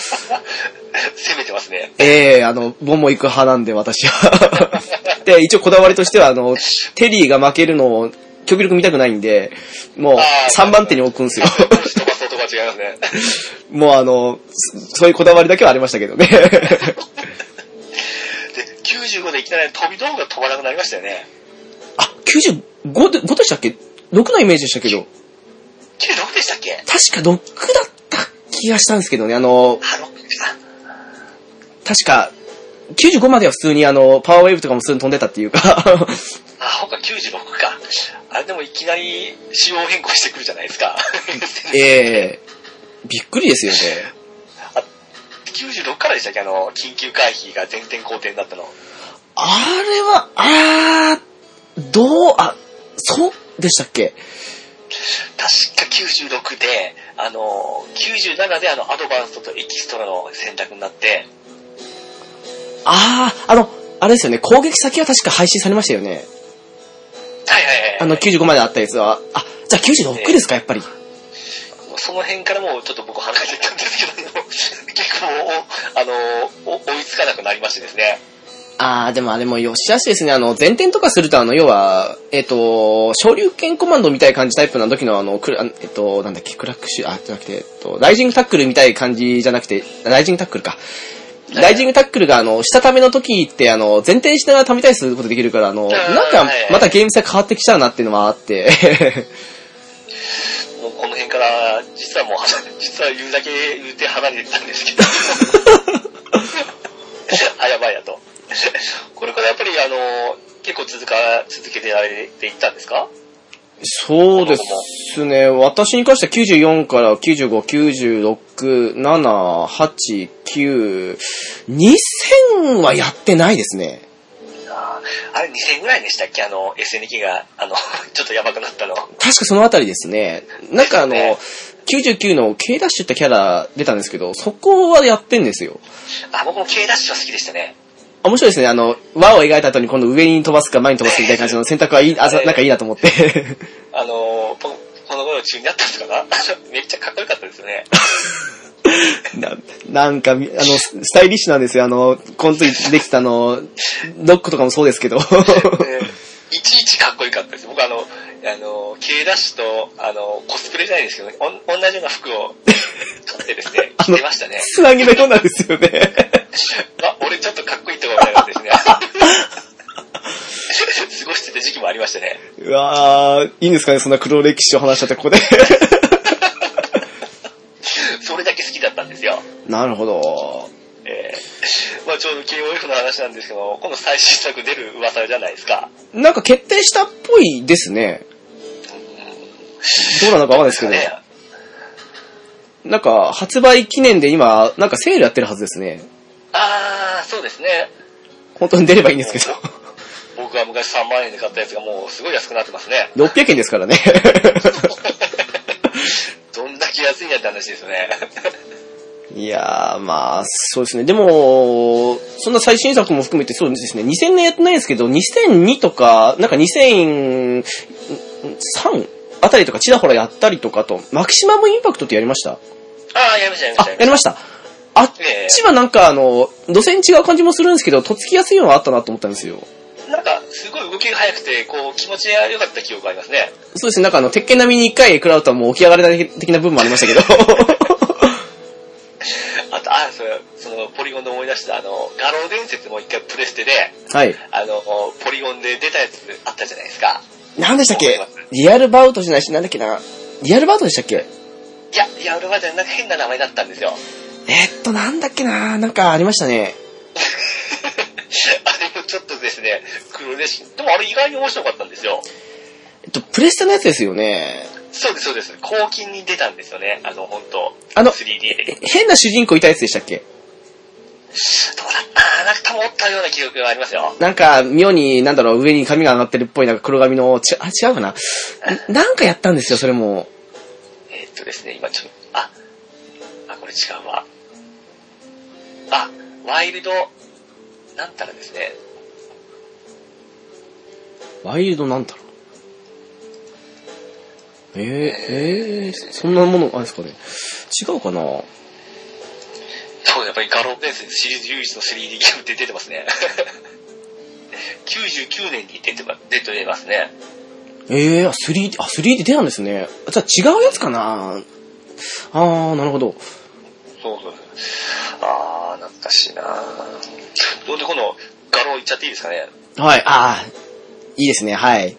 攻めてますね。ええあの、ボンも行く派なんで、私 は。で、一応こだわりとしては、あの、テリーが負けるのを極力見たくないんで、もうあー3番手に置くんですよ。飛ばそうとか違いますね。もうあの、そそういうこだわりだけはありましたけどね。で、95でいきなり飛び道具が飛ばなくなりましたよね。 あ、95で、5でしたっけ ?6 のイメージでしたけど。 96でしたっけ確か6だった気がしたんですけどね、あの、あ、6でした。確か、95までは普通にあの、パワーウェーブとかも普通に飛んでたっていうか、あ、ほか96か。あれでもいきなり仕様変更してくるじゃないですか。 ええびっくりですよね。 96からでしたっけあの、緊急回避が全転後転だったの。あれは、あー、どう、あ、そうでしたっけ確か96で、あの、97であの、アドバンストとエキストラの選択になって、あー、あの、あれですよね、攻撃先は確か廃止されましたよね。はいはいはい。あの、95まであったやつは。あ、じゃあ96ですか、やっぱり。その辺からもうちょっと僕離れてたんですけども、 結構、あの、お追いつかなくなりましてですね。あー、でもあれもよしあしですね、あの、前転とかすると、あの、要は、えっ、と、昇竜拳コマンドみたいな感じタイプの時の、あの、クラえっ、と、なんだっけ、クラックシュ、あ、じゃなくて、えっと、ライジングタックルみたいな感じじゃなくて、ライジングタックルか。ライジングタックルが、あの、下ための時って、あの、前転しながらためたりすることできるから、あの、なんか、またゲーム性変わってきちゃうなっていうのはあって。もうこの辺から、実はもう、 実は言うだけ言うて離れてたんですけ ど。あ、やばいやと。これからやっぱり、あの、結構続か、続けてられていったんですかそうですね。私に関しては94から95、96、7、8、9、2000はやってないですね。ああれ2000ぐらいでしたっけあの、SNK が、あの、 ちょっとやばくなったの。確かそのあたりですね。なんかあのね、 99の K ダッシュってキャラ出たんですけど、そこはやってんですよ。あ、僕も K ダッシュは好きでしたね。面白いですね。あの、輪を描いた後に今度上に飛ばすか前に飛ばすかみたいな感じの選択はいい、あ、なんかいいなと思 って。あのー、ここの頃中になったのかな めっちゃかっこよかったですよね。ななんか、みあの、ススタイリッシュなんですよ。あの、この時できたあの、ロックとかもそうですけど。えー いちいちかっこよかったです。僕あの、あの、K ダッシュと、あの、コスプレじゃないですけど、ね、おん同じような服を買ってですね、着てましたね。つなぎ目込んだんですよね。あ、俺ちょっとかっこいいとこみたいなですね。 過ごしてた時期もありましたね。うわー、いいんですかね、そんな黒歴史を話しちゃって、ここで。それだけ好きだったんですよ。 なるほど。えーまあちょうど KOF の話なんですけど、今度最新作出る噂じゃないですか。なんか決定したっぽいですね。どうなのかわかんないですけど。ね、なんか、発売記念で今、なんかセールやってるはずですね。あー、そうですね。本当に出ればいいんですけ ど。僕が昔3万円で買ったやつがもうすごい安くなってますね。 600円ですからね。どんだけ安いんやって話ですよね。 いやー、まあ、そうですね。でも、そんな最新作も含めてそうですね。2000年やってないですけど、2002とか、なんか2003あたりとかちらほらやったりとかと、マキシマムインパクトってやりましたあー、やりました、やりあました、や、やりりまましした。あっちはなんかあの、路線違う感じもするんですけど、とっつきやすいのはあったなと思ったんですよ。た。なんか、すごい動きが速くて、こう、気持ちが良かった記憶がありますね。そうですね、なんかあの、鉄拳並みに一回食らうとはもう起き上がれない的な部分もありましたけど。 あと、あ、そう、その、ポリゴンで思い出した、あの、画廊伝説も一回プレステで、はい。あの、ポリゴンで出たやつあったじゃないですか。なんでしたっけリアルバウトじゃないし、なんだっけな。リアルバウトでしたっけいや、いや、俺はじゃなんか変な名前だったんですよ。 えーっと、なんだっけななんかありましたね。あれもちょっとですね、黒でし、でもあれ意外に面白かったんですよ。えっと、プレステのやつですよね。そうです、そうです。後期に出たんですよね。あの、本当あの 3D で。どうだっ変な主人公いたやつでしたっけたなんか多分おったような記憶がありますよ。なんか、妙に、なんだろう、上に髪が上がってるっぽい、なんか黒髪の、ち、あ、違うかな。んなんかやったんですよ、それも。えーっとですね、今ちょっと、あ、あ、これ違うわ。あ、ワイルド、なんたらですね、ワイルドなんだろう。えー、えー、そんなものあるんですかね。違うかなそう、やっぱりガロ伝説シリーズ唯一の 3D ゲームって出てますね。99年に出てま出てますね。えー、あ、3D、あ、3D 出たんですね。あじゃあ違うやつかなあー、なるほど。そうそうそう。あー、懐かしいなどうでこの、画廊行っちゃっていいですかね。はい、あー、いいですね、はい。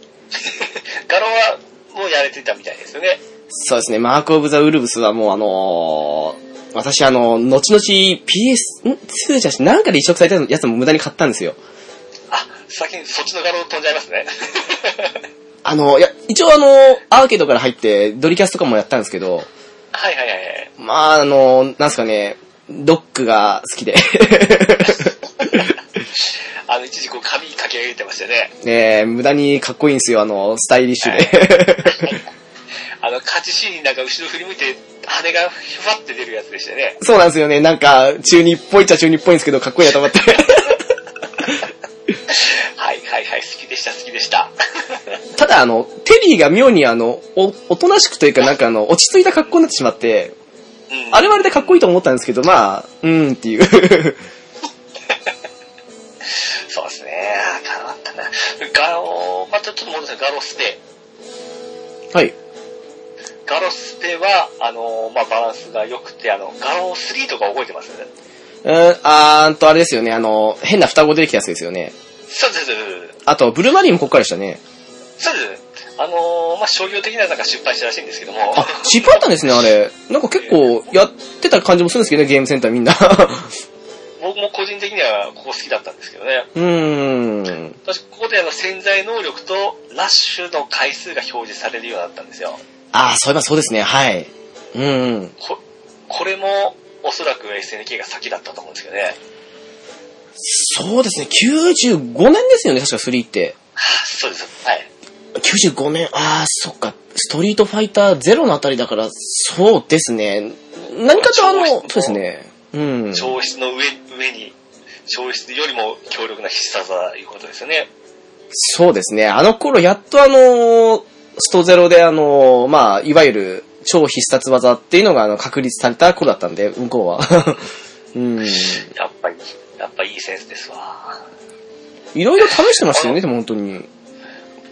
画廊はもうやれてたみたいですよね。そうですね、マーク・オブ・ザ・ウルブスはもうあのー、私あの、後々 PS、ん ?2 じゃなくてなんかで移植されたやつも無駄に買ったんですよ。あ、先にそっちの画廊飛んじゃいますね。 あの、いや、一応あの、アーケードから入って、ドリキャスとかもやったんですけど、はいはいはいはい。まああの、なんすかね、ロックが好きで。 あの、一時こう髪かき上げてましたよね。ねえ、無駄にかっこいいんですよ、あの、スタイリッシュで。あの、勝ちシーンになんか後ろ振り向いて羽がふわって出るやつでしたよね。 そうなんですよね。なんか、中二っぽいっちゃ中二っぽいんですけど、かっこいいなと思って。はいはいはい、好きでした好きでした。ただ、あの、テリーが妙にあの、お、おとなしくというか、なんかあの、落ち着いた格好になってしまって、うんあれはあれでかっこいいと思ったんですけど、まあ、うーんっていう。そうですね。変わったな。画廊、またちょっと戻って、画廊ステ。はい。ガロステは、あのまあ、バランスが良くて、あの、ガロ3とか覚えてますうん、あーんと、あれですよね、あの、変な双子出てきたやつですよね。そうです、あと、ブルーマリンもこっからでしたね。そうです。あのまあ、商業的ななんか失敗したらしいんですけども、あ、失敗だったんですね、あれ。なんか結構、やってた感じもするんですけどね、ゲームセンターみんな。 僕も個人的にはここ好きだったんですけどね。 うーん。私、ここであの、潜在能力とラッシュの回数が表示されるようになったんですよ。あー、そういえばそうですね、はい。うん。こ、これも、おそらく SNK が先だったと思うんですけどね。そうですね、95年ですよね、確か3って。はあそうです。はい。 95年、あー、そっか、ストリートファイターゼロのあたりだから、そうですね。何かとあの、そうそうですね。うん。調室の上、上に、消失よりも強力な必殺だということですよね。そうですね。あの頃、やっとあのーストゼロであのーまあ、いわゆる超必殺技っていうのがあの確立された頃だったんで、向こうは。 うん。やっぱり、やっぱいいセンスですわ。いろいろ試してましたよね、でも本当に。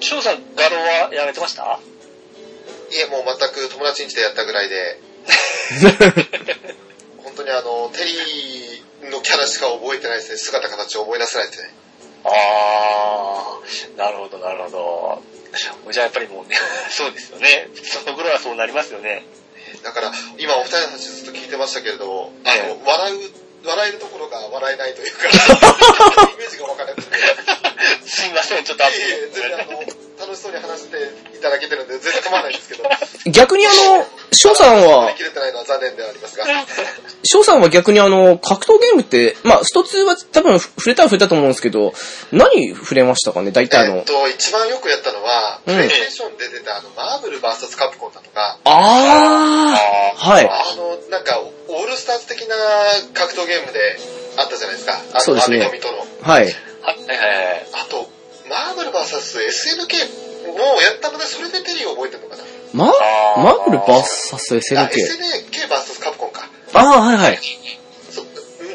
翔さん、画廊はやめてましたいえ、もう全く友達ん家でやったぐらいで、 本当にあの、テリーのキャラしか覚えてないですね。姿形を思い出せないですね。あー、なるほど、なるほど。じゃあやっぱりもうね、 そうですよね。その頃はそうなりますよね。 だから、今お二人の話ずっと聞いてましたけれども、あえの、笑う、笑えるところが笑えないとい うか、イメージがわからなくて。いすいません、ちょっと熱いえいえ、全然あの、楽しそうに話していただけてるんで、全然構わないんですけど、切逆にあの、翔さんは、れてないのは残念ではありますが、翔さんは逆にあの、格闘ゲームって、まあ、スト2は多分触れたら触れたと思うんですけど、何触れましたかね大体あえっの。と、一番よくやったのは、うプんレイステーションで出たあの、マーブル VS カプコンだとか、あーあはいあの、なんか、オールスターズ的な格闘ゲームであったじゃないですか。あの、そうですねアメコミとの。はい。ーはいはいはい。あと、マーブル VSSNK もやったので、それでテリー覚えてるのかな。ま、あーマーブル VSSNK あ、。SNKVS カプコンか。ああ、はいはい。そ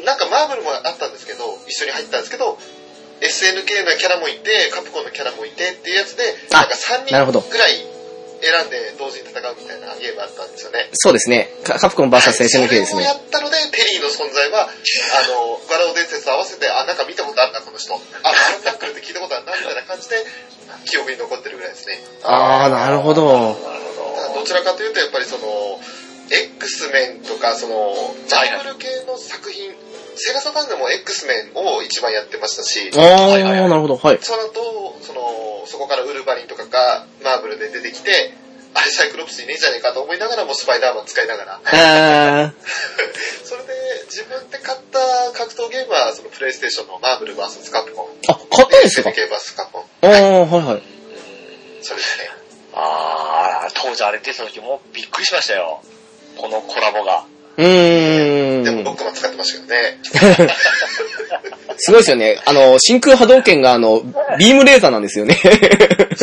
なんかマーブルもあったんですけど、一緒に入ったんですけど、SNK のキャラもいて、カプコンのキャラもいてっていうやつで、あなんか3なるほど人ぐらい選んで同時に戦うみたいなゲームあったんですよね。そうですね。カカプコン VSSNK ですそれをやね。ったので、テリーの存在は、あの、ガラオ伝説と合わせて、あ、なんか見たことあるな、この人。あ、ガラオタックルって聞いたことあるな、みたいな感じで、記憶に残ってるぐらいですね。ああ、なるほど。なるただほどちらかというと、やっぱりその、X メンとか、その、ジャイブル系の作品、セガサタンでも X メンを一番やってましたし、ああ、なるほど。はい。その後、その、そこからウルヴァリンとかがマーブルで出てきて、あれサイクロプスいねえじゃねえかと思いながらもスパイダーマン使いながら、あそれで自分で買った格闘ゲームはそのプレイステーションのマーブル VS カプコン。ーあ、買ったんですか SNK VS カプコン。ああ、はいはい。それですね。ど。あー、当時あれ出た時もびっくりしましたよ。このコラボが。うーん。でもロックマン使ってましたけどね。すごいですよね。あの、真空波動拳があの、ビームレーザーなんですよね。しかも結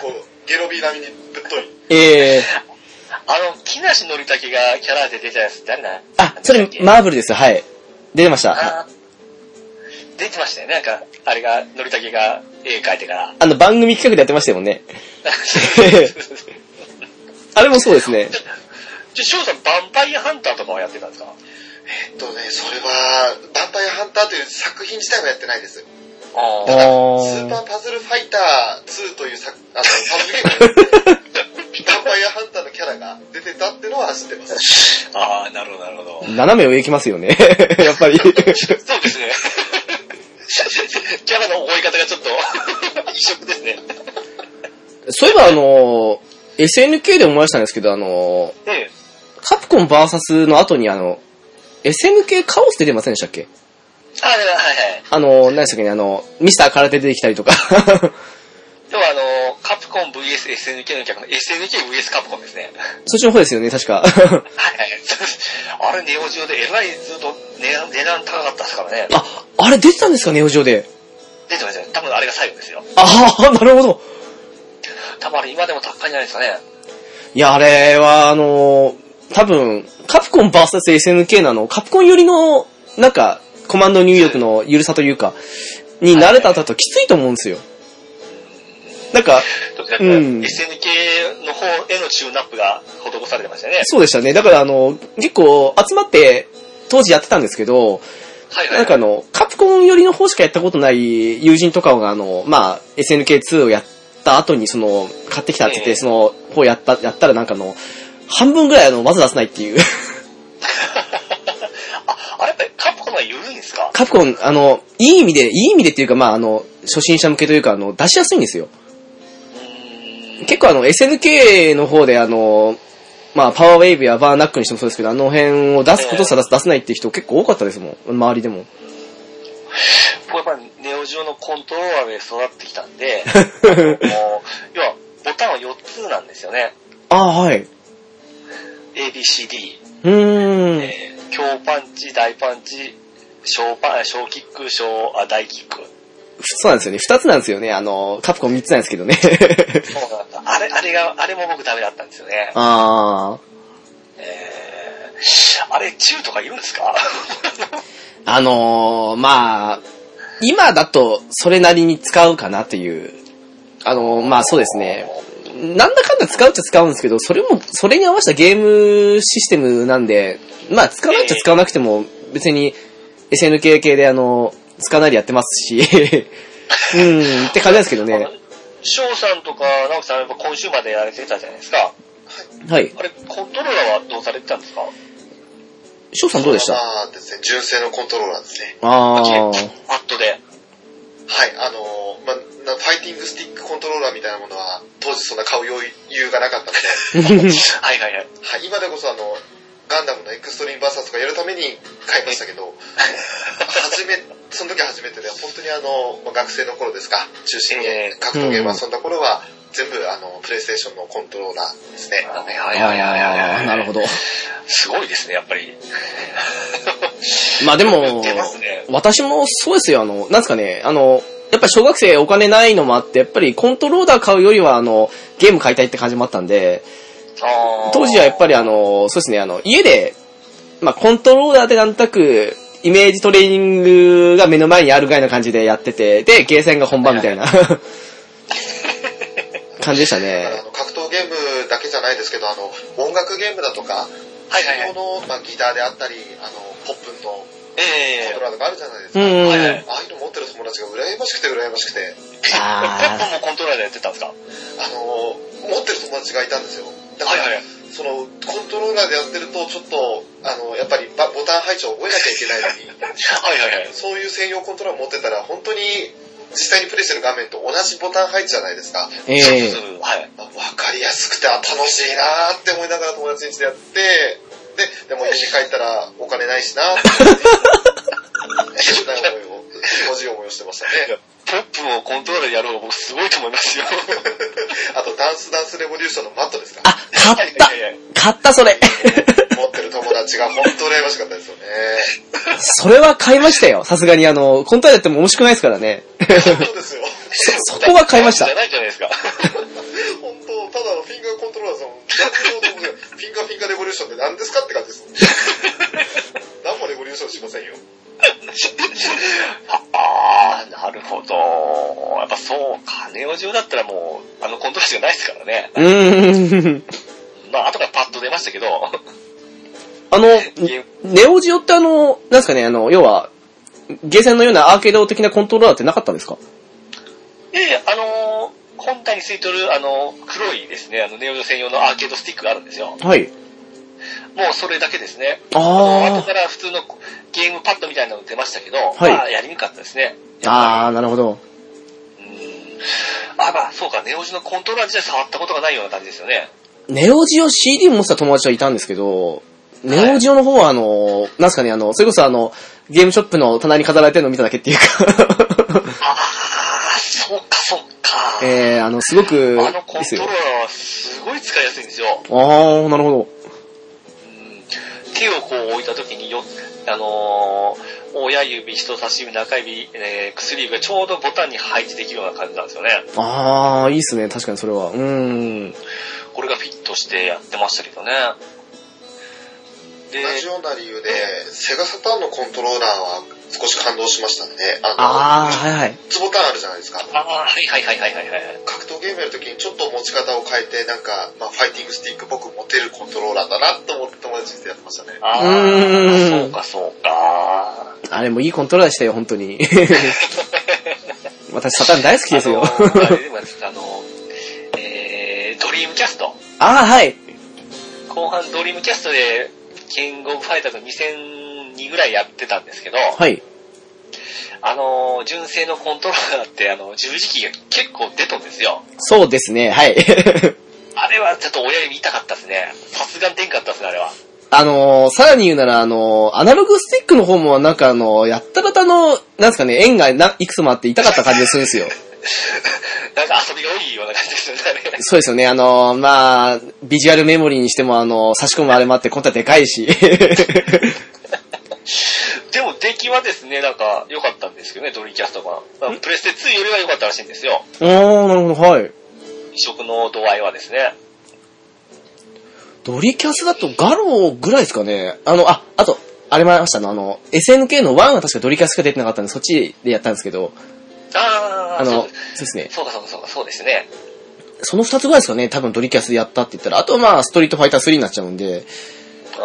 構ゲロビー並みにぶっとい。 ええあの、木梨憲武がキャラで出たやつ誰なあ、それ、マーブルです。はい。出てました。あー出てましたよね、なんか、あれが、のりたけが絵描いてから。あの、番組企画でやってましたも んね。あれもそうですね。じゃ、翔さん、バンパイアハンターとかはやってたんですかえっとね、それは、バンパイアハンターという作品自体はやってないです。ああースーパーー。パズルファイター2という作、あの、パズルゲームなんですけどバンパイアハンターのキャラが出てたってのは知ってます。あー、なるほど、なるほど。斜め上行きますよね。やっぱり。そうですね。キャラの覚え方がちょっと異色ですね。そういえばあの、SNK で思い出したんですけど、あの、ねカプコン VS の後にあの、SNK カオス出てませんでしたっけあ、はいはい。あの、何でしたっけね、あの、ミスター空手出てきたりとか。 要はあの、カプコン VS SNK の客の SNKVS カプコンですね。そっちの方ですよね、確か。 はいはい。あれ、ネオジオでえらいずっと値段値段高かったですからね。あ、あれ出てたんですか、ネオジオで。出てましたね。多分あれが最後ですよ。ああ、なるほど。多分あれ今でも高いんじゃないですかね。いや、あれは、あの、多分、カプコン VSSNK のあの、カプコン寄りの、なんか、コマンド入力の緩さというか、に慣れた後だときついと思うんですよ。なんか、どちらかうとんいうと SNK の方へのチューンアップが施されてましたよね。そうでしたね。だから、あの、結構、集まって、当時やってたんですけど、はいはい。なんかあの、カプコン寄りの方しかやったことない友人とかがあの、まあ、SNK2 をやった後にその、買ってきたって言っえて、えその、方やった、やったらなんかあの、半分ぐらいあの、技出せないっていう。 あ、あれやっぱりカプコンが緩いんですかカプコン、あの、いい意味で、いい意味でっていうか、まあ、あの、初心者向けというか、あの、出しやすいんですよ。うーん。結構あの、SNK の方であの、まあ、パワーウェーブやバーナックにしてもそうですけど、あの辺を出すことすら出せないっていう人結構多かったですもん。周りでも。僕はやっぱりネオジオのコントローラーで育ってきた んで、あの要はボタンは4つなんですよね。ああ、はい。 ABCD、うーん。えー強パンチ、大パンチ、小パン、小キック、小、あ、大キック。そうなんですよね。二つなんですよね。あの、カプコン三つなんですけ どね。そうなんだ。あれ、あれが、あれも僕ダメだったんですよね。あー。えー、あれ、中とか言うんですかあのー、まあ、今だとそれなりに使うかなという。あのー、まあそうですね。なんだかんだ使うっちゃ使うんですけど、それも、それに合わせたゲームシステムなんで、まあ使わなくちゃ使わなくても、別に SNK 系であの、使わないでやってます し、うん、って感じなんですけどね。翔さんとか直樹さんやっぱ今週までやられてたじゃないですか。はい。あれ、コントローラーはどうされてたんですか翔さんどうでしたまあですね、純正のコントローラーですね。あパあ。ッドで。はい、あのーまあ、なファイティングスティックコントローラーみたいなものは、当時そんな買う余裕がなかったので、 はいはいはい。はい、今でこそあの、ガンダムのエクストリームバーサスとかやるために買いましたけど、初め、その時初めてで、本当にあの、まあ学生の頃ですか、中心にええ格闘ゲーム遊んだ頃は、全部あの、プレイステーションのコントローラーですね。はいはいはいはいはいあはーい。なるほど。すごいですね、やっぱり。まあで売もってますね、私もそうですよ、あの、なんですかね、あの、やっぱり小学生お金ないのもあって、やっぱりコントローラー買うよりは、あの、ゲーム買いたいって感じもあったんで、当時はやっぱりあの、そうですね、あの、家で、まあコントローラーでなんとなく、イメージトレーニングが目の前にあるぐらいの感じでやってて、で、ゲーセンが本番みた いな感じでした だからあね。の格闘ゲームだけじゃないですけど、あの、音楽ゲームだとか、はいはいはいその、まあ、ギターであったり、あの、ポップンのコンえトローラーとかあるじゃないですうか。ん。はいはいああいうの持ってる友達が羨ましくて羨ましくて、あえ。もコントローラーでやってたんですかあの、持ってる友達がいたんですよ。だから、はいはいその、コントローラーでやってると、ちょっと、あの、やっぱりばボタン配置を覚えなきゃいけないのに、 はいはいはい。そういう専用コントローラー持ってたら、本当に、実際にプレイしてる画面と同じボタン配置じゃないですか。ーええそうそうはい。あわかりやすくて、あ、楽しいなーって思いながら友達にしてやって、で、でも家に帰ったらお金ないしなーって。 そんな思いを、気持ちいい思いをしてましたね。ポップをコントローラーでやる方が僕すごいと思いますよ。 あと、ダンスダンスレボリューションのマットですかあ、買ったいやいやいや買ったそれ持ってる友達が本当羨ましかったですよね。それは買いましたよ。さすがにあの、コントローラーやっても面白くないですからね。そうですよ。そこは買いましたじゃ。ないじゃないですか。本当、ただのフィンガーコントローラーさん、フィンガーフィンガーレボリューションって何ですかって感じです。何もレボリューションしませんよ。ああ、なるほど。やっぱそう、金を中だったらもう、あのコントローラーじゃないですからね。うーん。まあ、後からパッと出ましたけど。あの、ゲームネオジオってあの、なんですかね、あの、要は、ゲーセンのようなアーケード的なコントローラーってなかったんですかいやいや、あのー本体についてる、あのー黒いですね、あの、ネオジオ専用のアーケードスティックがあるんですよ。もはい。うそれだけですね。後あから普通のゲームパッドみたいなの出ましたけど、はいまあ、やりにくかったですね。ー。あー、なるほど。うんあ、まあ、そうか、ネオジオのコントローラー自体触ったことがないような感じですよね。ネオジオ CD 持ってた友達はいたんですけど、ネオジオの方はあの、なんですかね、あの、それこそあの、ゲームショップの棚に飾られてるの見ただけっていう か、ああ、そうか、そうか。えー、あの、すごく、あのコントローラーはすごい使いやすいんですよ。あー、なるほど。手をこう置いた時によ、あのー親指、人差し指、中指、えー薬指がちょうどボタンに配置できるような感じなんですよね。あー、いいっすね、確かにそれは。うーん。これがフィットしてやってましたけどね。で同、じような理由で、セガサターンのコントローラーは少し感動しましたね。あー、あの、はいはい。 3つボタンあるじゃないですか。ああ、はいはいはいはいはいはい。格闘ゲームやるときにちょっと持ち方を変えて、なんか、まあ、ファイティングスティック僕持てるコントローラーだなと思って友達にやってましたね。あうあ、ーんそうかそうか。あれもいいコントローラーでしたよ、本当 に。私、サタン大好きですよ。あのーあれでもですねあのーえードリームキャスト。 ああ、はい。後半ドリームキャストで、キングオブファイターズ2002ぐらいやってたんですけど、はい。あのー純正のコントローラーって、あの、十字キーが結構出とんですよ。そうですね、はい。 あれはちょっと親指痛かったですね。さすがに出んかったですね、あれは。 あのー、さらに言うなら、あのー、アナログスティックの方も、なんかあのー、やったらたの、なんすかね、縁がないくつもあって痛かった感じがするんですよ。なんか遊びが多いような感じですよね、あれ。そうですよね、あのー、まあ、ビジュアルメ モリーにしても、あのー、差し込むあれもあって、今度はでかいし。でも出来はですね、なんか良かったんですけどね、ドリキャスト版。だからプレステ2よりは良かったらしいんですよ。あー、なるほど、はい。移植の度合いはですね。ドリキャスだとガロぐらいですかね。あの、あ、あと、あれもありましたね。あの、SNK の1が確かドリキャスしか出てなかったんで、そっちでやったんですけど、あー、あの、そそううですね。そうかそうかそうか、そうですね。その二つぐらいですかね。多分ドリキャスでやったって言ったら、あとはまあ、ストリートファイター3になっちゃうん で、あーう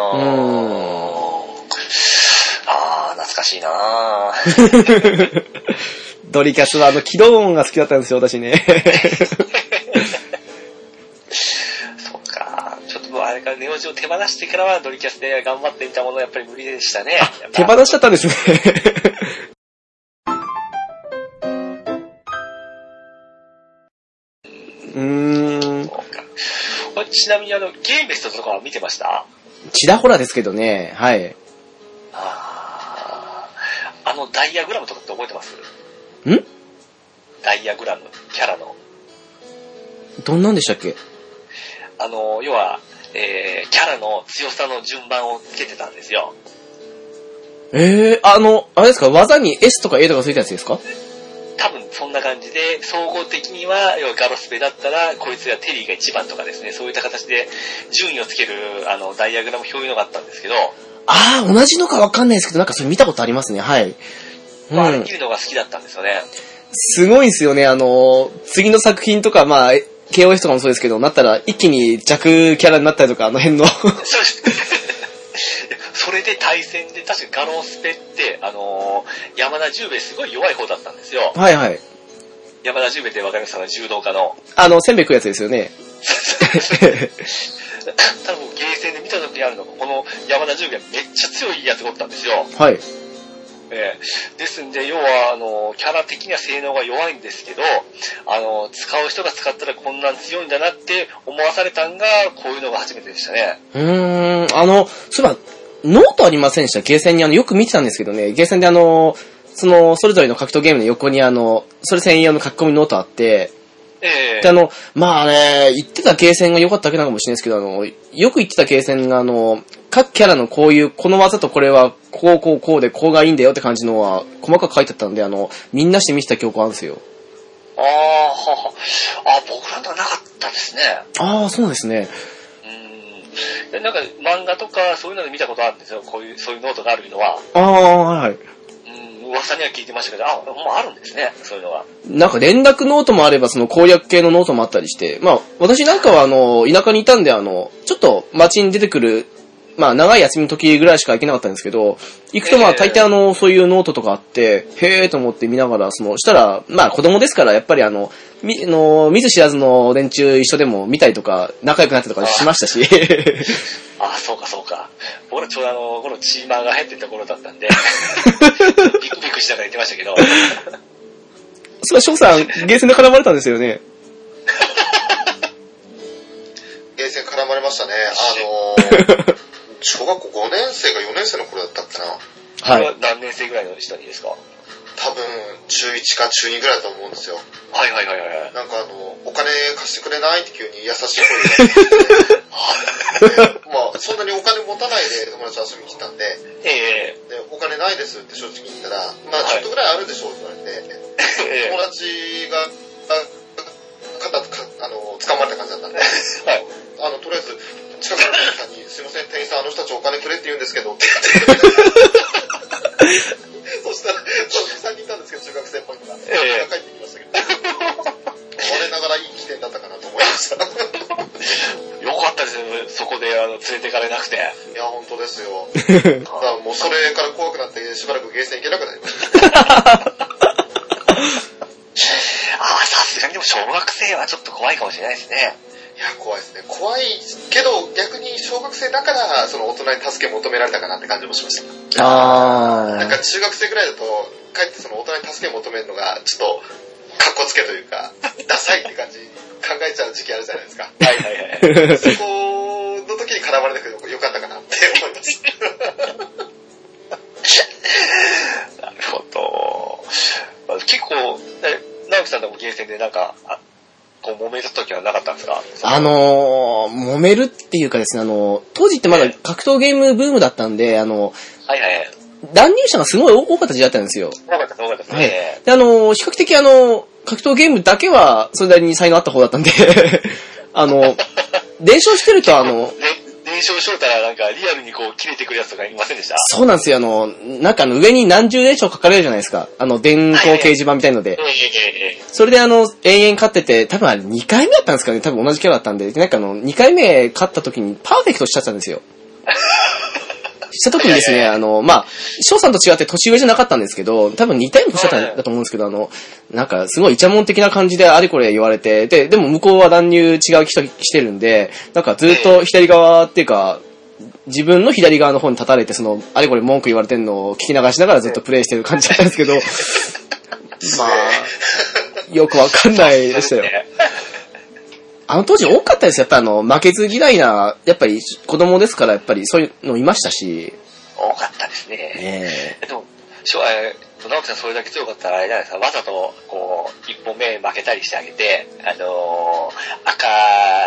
あー懐かしいなー ドリキャスはあの、起動音が好きだったんですよ、私 ね。そっか。ちょっともうあれからネオジを手放してからはドリキャスで頑張っていたものやっぱり無理でしたね。やっぱ手放しちゃったんですね。うーん。そうかこれちなみにあの、ゲーメストとかは見てましたちらほらですけどね、はい。あーあのダイアグラムとかって覚えてますんダイアグラム、キャラの。どんなんでしたっけあの、要は、えー、キャラの強さの順番をつけてたんですよ。ええあの、あれですか、技に S とか A とかついたやつですか多分そんな感じで、総合的には、要はガロスペだったら、こいつがテリーが一番とかですね、そういった形で順位をつける、あの、ダイアグラム表いうのがあったんですけど、ああ、同じのかわかんないですけど、なんかそれ見たことありますね、はい。うまあ、あれ見ん。るのが好きだったんですよね。すごいんすよね、あの、次の作品とか、まあ、KOS とかもそうですけど、なったら一気に弱キャラになったりとか、あの辺 の。そう それで対戦で、確かガロスペって、あのー山田十兵衛すごい弱い方だったんですよ。はいはい。山田十兵衛ってわかりますかね柔道家の。 あの、せんべい食うやつですよ ね。多分ゲーセンで見た時にあるのが、この山田十兵衛めっちゃ強いやつだったんですよ。はい。ええですんで、要は、あの、キャラ的には性能が弱いんですけど、あの、使う人が使ったらこんなん強いんだなって思わされたんが、こういうのが初めてでしたね。うーん、あの、そういえば、ノートありませんでしたゲーセンにあの、よく見てたんですけどね、ゲーセンであの、その、それぞれの格闘ゲームの横にあの、それ専用の書き込みノートあって、ええで、あの、まあね、言ってたゲーセンが良かったわけなのかもしれないですけど、あの、よく言ってたゲーセンが、あの、各キャラのこういう、この技とこれは、こうこうこうで、こうがいいんだよって感じのは、細かく書いてあったんで、あの、みんなして見てた記憶あるんですよ。ああ、はは。あ、僕らのはなかったですね。ああ、そうなんですね。うん。でなんか漫画とかそういうので見たことあるんですよ。こういう、そういうノートがあるのは。ああ、はいはい。うん、噂には聞いてましたけど、あ、もうあるんですね。そういうのは。なんか連絡ノートもあれば、その攻略系のノートもあったりして、まあ、私なんかはあの、田舎にいたんで、あの、ちょっと街に出てくる、まあ、長い休みの時ぐらいしか行けなかったんですけど、行くとまえあ、え大抵あの、そういうノートとかあって、へえーと思って見ながら、その、したら、まあ、子供ですから、やっぱりあの、み、あの、見ず知らずの連中一緒でも見たりとか、仲良くなったりとかしましたし、あ、そうかそうか。僕らちょうどあの、このチーマーが入ってた頃だったんで、ビクビクしながら言ってましたけど、それは翔さん、ゲーセンで絡まれたんですよね。ゲーセン絡まれましたね。あ のー、小学校5年生か4年生の頃だったっけな。はい。何年生ぐらいの人にですかは多分、中1か中2ぐらいだと思うんですよ。いはいはいはいはい。なんかあの、お金貸してくれないって急に優しい声 で。でまあ、そんなにお金持たないで友達と遊びに来たんで、えで、お金ないですって正直言ったら、まあはいちょっとぐらいあるでしょうって言われて、ええ友え達が、肩、かあの、掴まれた感じだったんで、はいあの、とりあえず、近くの店員さんに、すいません、店員さん、あの人たちお金くれって言うんですけ ど、って言って。そしたら、その3人いたんですけど、中学生っぽいのが。ええ帰ってきましたけ ど。我ながらいい起点だったかなと思いま した。いよかったですね、そこであの連れてかれなくて。や、本当ですよ。だからもうそれから怖くなって、しばらくゲーセン行けなくなりました。ああ、さすがにでも小学生はちょっと怖いかもしれないですね。いや、怖いですね。怖いけど、逆に小学生だから、その大人に助け求められたかなって感じもしました。あなんか中学生ぐらいだと、かえってその大人に助け求めるのが、ちょっと、かっこつけとい うか、ダサいって感じ、考えちゃう時期あるじゃないですか。はいはいはい。 そこの時に絡まれなくてよかったかなって思います。なるほど。まあ結構、え直樹さんともゲーセンでなんか、あこう揉めた時はなかったんですかあ、のー、揉めるっていうかですね、あのー、当時ってまだ格闘ゲームブームだったんで、あの、はいはいはい。乱入者がすごい多かった時代だったんですよ。多かったです、多かったですはいね。で、あの、比較的あの、格闘ゲームだけは、それなりに才能あった方だったんで、 あの、伝承してるとあの、ね、伝承翔太はなんかリアルにこう切れてくるやつとかいませんでしたそうなんですよ、あの、なんかあの上に何十連勝書かれるじゃないですか。あの、電光掲示板みたいので。ええええええそれであの、永遠勝ってて、多分あれ2回目だったんですかね、多分同じキャラだったんで、でなんかあの、2回目勝った時にパーフェクトしちゃったんですよ。した時にですいやね、いやあの、まあ、翔さんと違って年上じゃなかったんですけど、多分2回目しちゃったんだと思うんですけど、あの、なんかすごいイチャモン的な感じであれこれ言われて、で、でも向こうは乱入違う人してるんで、なんかずっと左側っていうか、自分の左側の方に立たれて、その、あれこれ文句言われてんのを聞き流しながらずっとプレイしてる感じだったんですけ ど、まあ、よくわかんないでしたよ。 あの当時多かったですよ。やっぱあの、負けず嫌いな、やっぱり子供ですから、やっぱりそういうのいましたし。多かったですね。ねでも、しょえーと直樹さんそれだけ強かったらあれじゃないですか、わざとこう、一本目負けたりしてあげて、あのー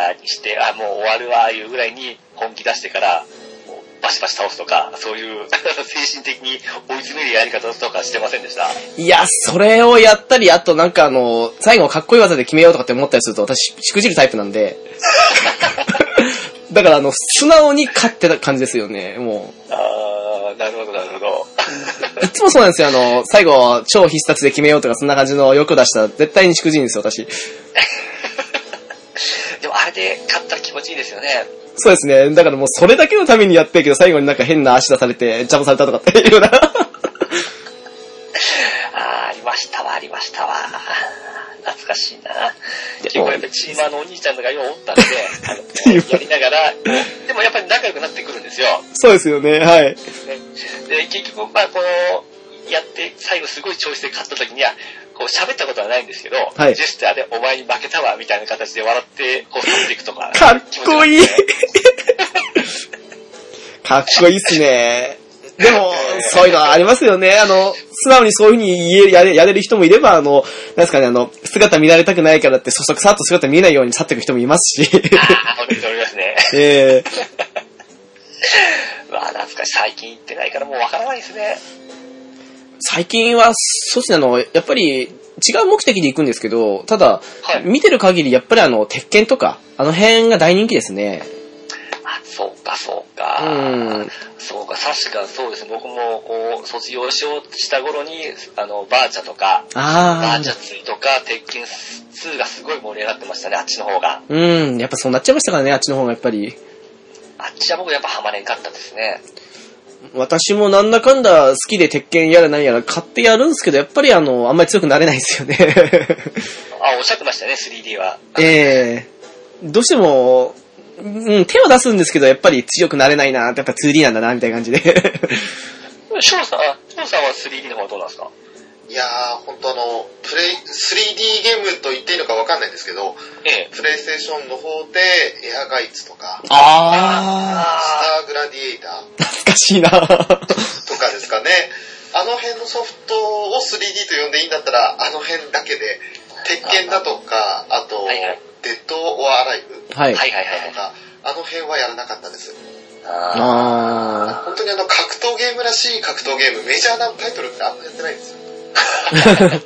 赤にして、あ、もう終わるわ、いうぐらいに本気出してから、こうバシバシ倒すとか、そういう 精神的に追い詰めるやり方とかしてませんでした。いや、それをやったり、あとなんかあの、最後かっこいい技で決めようとかって思ったりすると、私、しくじるタイプなんで。だからあの、素直に勝ってた感じですよね、もあー、なるほど、なるほど。う。いつもそうなんですよ、あの、最後、超必殺で決めようとか、そんな感じの欲出したら、絶対にしくじるんですよ、私。でもあれで勝ったら気持ちいいですよね。そうですね、だからもうそれだけのためにやってるけど、最後になんか変な足出されて、ジャブされたとかっていうような。あー、ありましたわ、ありましたわ。懐かしいな。や結構やっぱりチーマーのお兄ちゃんとかようおっ たんで、あのやりながら、でもやっぱり仲良くなってくるんですよ。そうですよね、はい。で、結局、まあこの、やって、最後すごい調子で勝った時には、こう喋ったことはないんですけど、はいジェスチャーでお前に負けたわ、みたいな形で笑って、こう、去っていくとか。 かっこいい気持ちよくて。かっこいいっすね。でも、そういうのありますよね。あの、素直にそういう風に言え、やれ、やれる人もいれば、あの、なんですかね、あの、姿見られたくないからって、そそくさっと姿見えないように去っていく人もいますし。あー、本当に思いますね。 ええわあ、懐かしい。最近行ってないからもうわからないですね。最近は、そうですね、あの、やっぱり、違う目的で行くんですけど、ただ、はい見てる限り、やっぱりあの、鉄拳とか、あの辺が大人気ですね。あ、そうか、そううか。ん。そうか、確かそうですね。僕も、こう、卒業しようとした頃に、あの、バーチャとか、バあーチャあ。 2とか、鉄拳2がすごい盛り上がってましたね、あっちの方が。うん、やっぱそうなっちゃいましたからね、あっちの方がやっぱり。あっちは僕やっぱハマれんかったですね。私もなんだかんだ好きで鉄拳やら何やら買ってやるんですけど、やっぱりあの、あんまり強くなれないんですよ ね。あ、おっしゃってましたね、3D は。ええどうしても、うん、手は出すんですけど、やっぱり強くなれないな、やっぱ 2D なんだな、みたいな感じで。翔さん、あ翔さんは 3D の方はどうなんですかいやー、本当あの、プレイ、3D ゲームと言っていいのかわかんないんですけど、ええ。プレイステーションの方で、エアガイツとあか、スあターグラディエイター、ー懐かしいな。とかですかね。あの辺のソフトを 3D と呼んでいいんだったら、あの辺だけで、鉄拳だとか、あと、はいはいデッド・オア・アライブはーい。はいはいはいだとはい。か、あの辺はやらなかったです。ああ本当にあの、格闘ゲームらしい格闘ゲーム、メジャーなタイトルってあんまやってないんですよ。ー。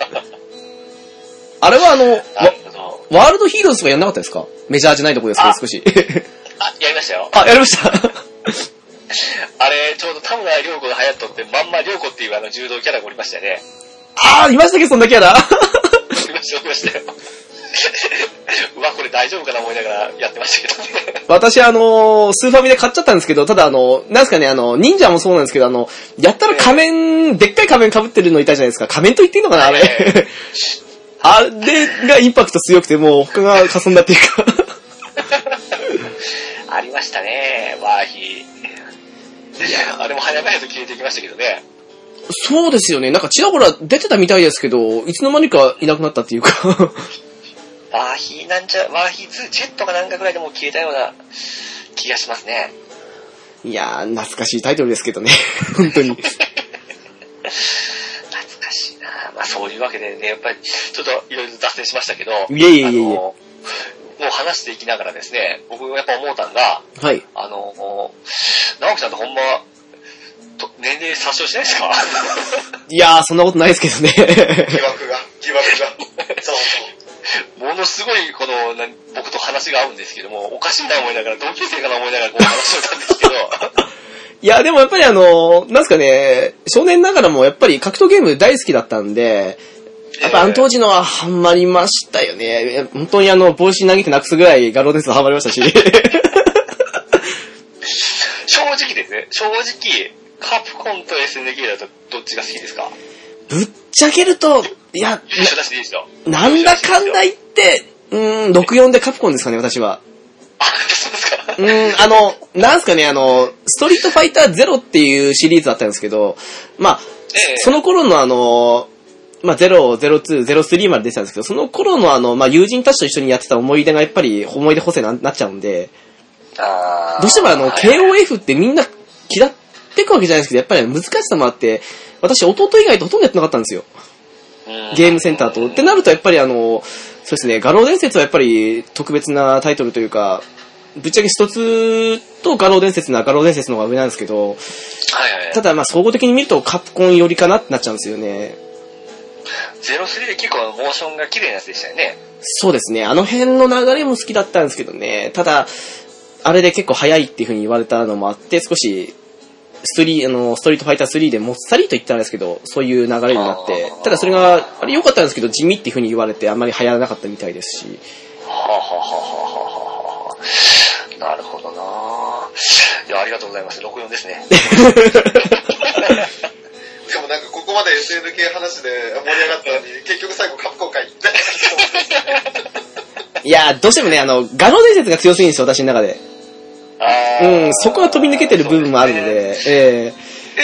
あれはあの、ーなるほど。ワワールドヒーローズとかやんなかったですかメジャーじゃないとこですけど、あ少し。 あ、やりましたよ。あ、やりました。あれ、ちょうど田村良子が流行っとって、まんま良子っていうあの柔道キャラがおりましたよね。あー、いましたっけ、そんなキャラ。おりました、おりましたよ。 うわ、これ大丈夫かな思いながらやってましたけどね。私、あのースーファミで買っちゃったんですけど、ただあの、なんすかね、あの、忍者もそうなんですけど、あの、やったら仮面、でっかい仮面被ってるのいたじゃないですか。仮面と言っていいのかな、あえれ。あれがインパクト強くて、もう他がかすんだっていうか。ありましたね、ワーヒー。いや、あれも早々と消えていきましたけどね。そうですよね。なんかちらほら出てたみたいですけど、いつの間にかいなくなったっていうか。ワーヒーなんちゃ、ワーヒー2、ジェットかなんかぐらいでもう消えたような気がしますね。いやー、懐かしいタイトルですけど ね。本当に。懐かしいなまあそういうわけでね、やっぱり、ちょっといろいろ脱線しましたけど、いえいえいえいえあのもう話していきながらですね、僕がやっぱ思うたんが、はい。あの、直樹さんとほんま、と年齢殺傷しないですかいやー、そんなことないですけど疑ね。惑が、疑惑 が。そうそう。ものすごい、この、な僕と話が合うんですけども、おかしいな思いながら、同級生かな思いながらこう話をしたんですけど、 いや、でもやっぱりあの、なんすかね、少年ながらもやっぱり格闘ゲーム大好きだったんで、やっぱあの当時のはハマりましたよね。いや本当にあの、帽子投げてなくすぐらいガローデンスハマりましたし。正直ですね、正直、カプコンと SNK だとどっちが好きですか ぶっちゃけると、いや、一緒だしでいいですよ。ななんだかんだ言って、うーん、64でカプコンですかね、私は。あ、そうです か。うーん、あの、なんすかね、あの、ストリートファイターゼロっていうシリーズだったんですけど、まあ、ええその頃のあの、まあ、0、02、03まで出てたんですけど、その頃のあの、まあ、友人たちと一緒にやってた思い出がやっぱり思い出補正にななっちゃうんで、あーどうしてもあの、はい KOF ってみんな嫌ってくわけじゃないですけど、やっぱり難しさもあって、私、弟以外とほとんどやってなかったんですよ。うんゲームセンターと。ってなると、やっぱりあの、そうですね、画廊伝説はやっぱり特別なタイトルというか、ぶっちゃけ一つと画廊伝説なら画廊伝説の方が上なんですけど、はいはいはいただまあ総合的に見るとカプコン寄りかなってなっちゃうんですよね。 03で結構モーションが綺麗なやつでしたよね。そうですね、あの辺の流れも好きだったんですけどね、ただ、あれで結構早いっていう風に言われたのもあって、少し、ストリあのストリートファイター3でもっさりと言ったんですけど、そういう流れになってあー、ただそれが、あれ良かったんですけど、地味っていう風に言われて、あんまり流行らなかったみたいですし。はあ、はあはあはあはあはあなるほどなぁ。いや、ありがとうございます。64ですね。でもなんかここまで SNK 話で盛り上がったのに、結局最後カプコン会行った。いやー、どうしてもね、あの、画廊伝説が強すぎるんですよ、私の中で。あーうん、そこは飛び抜けてる部分もあるのそうで、すねえ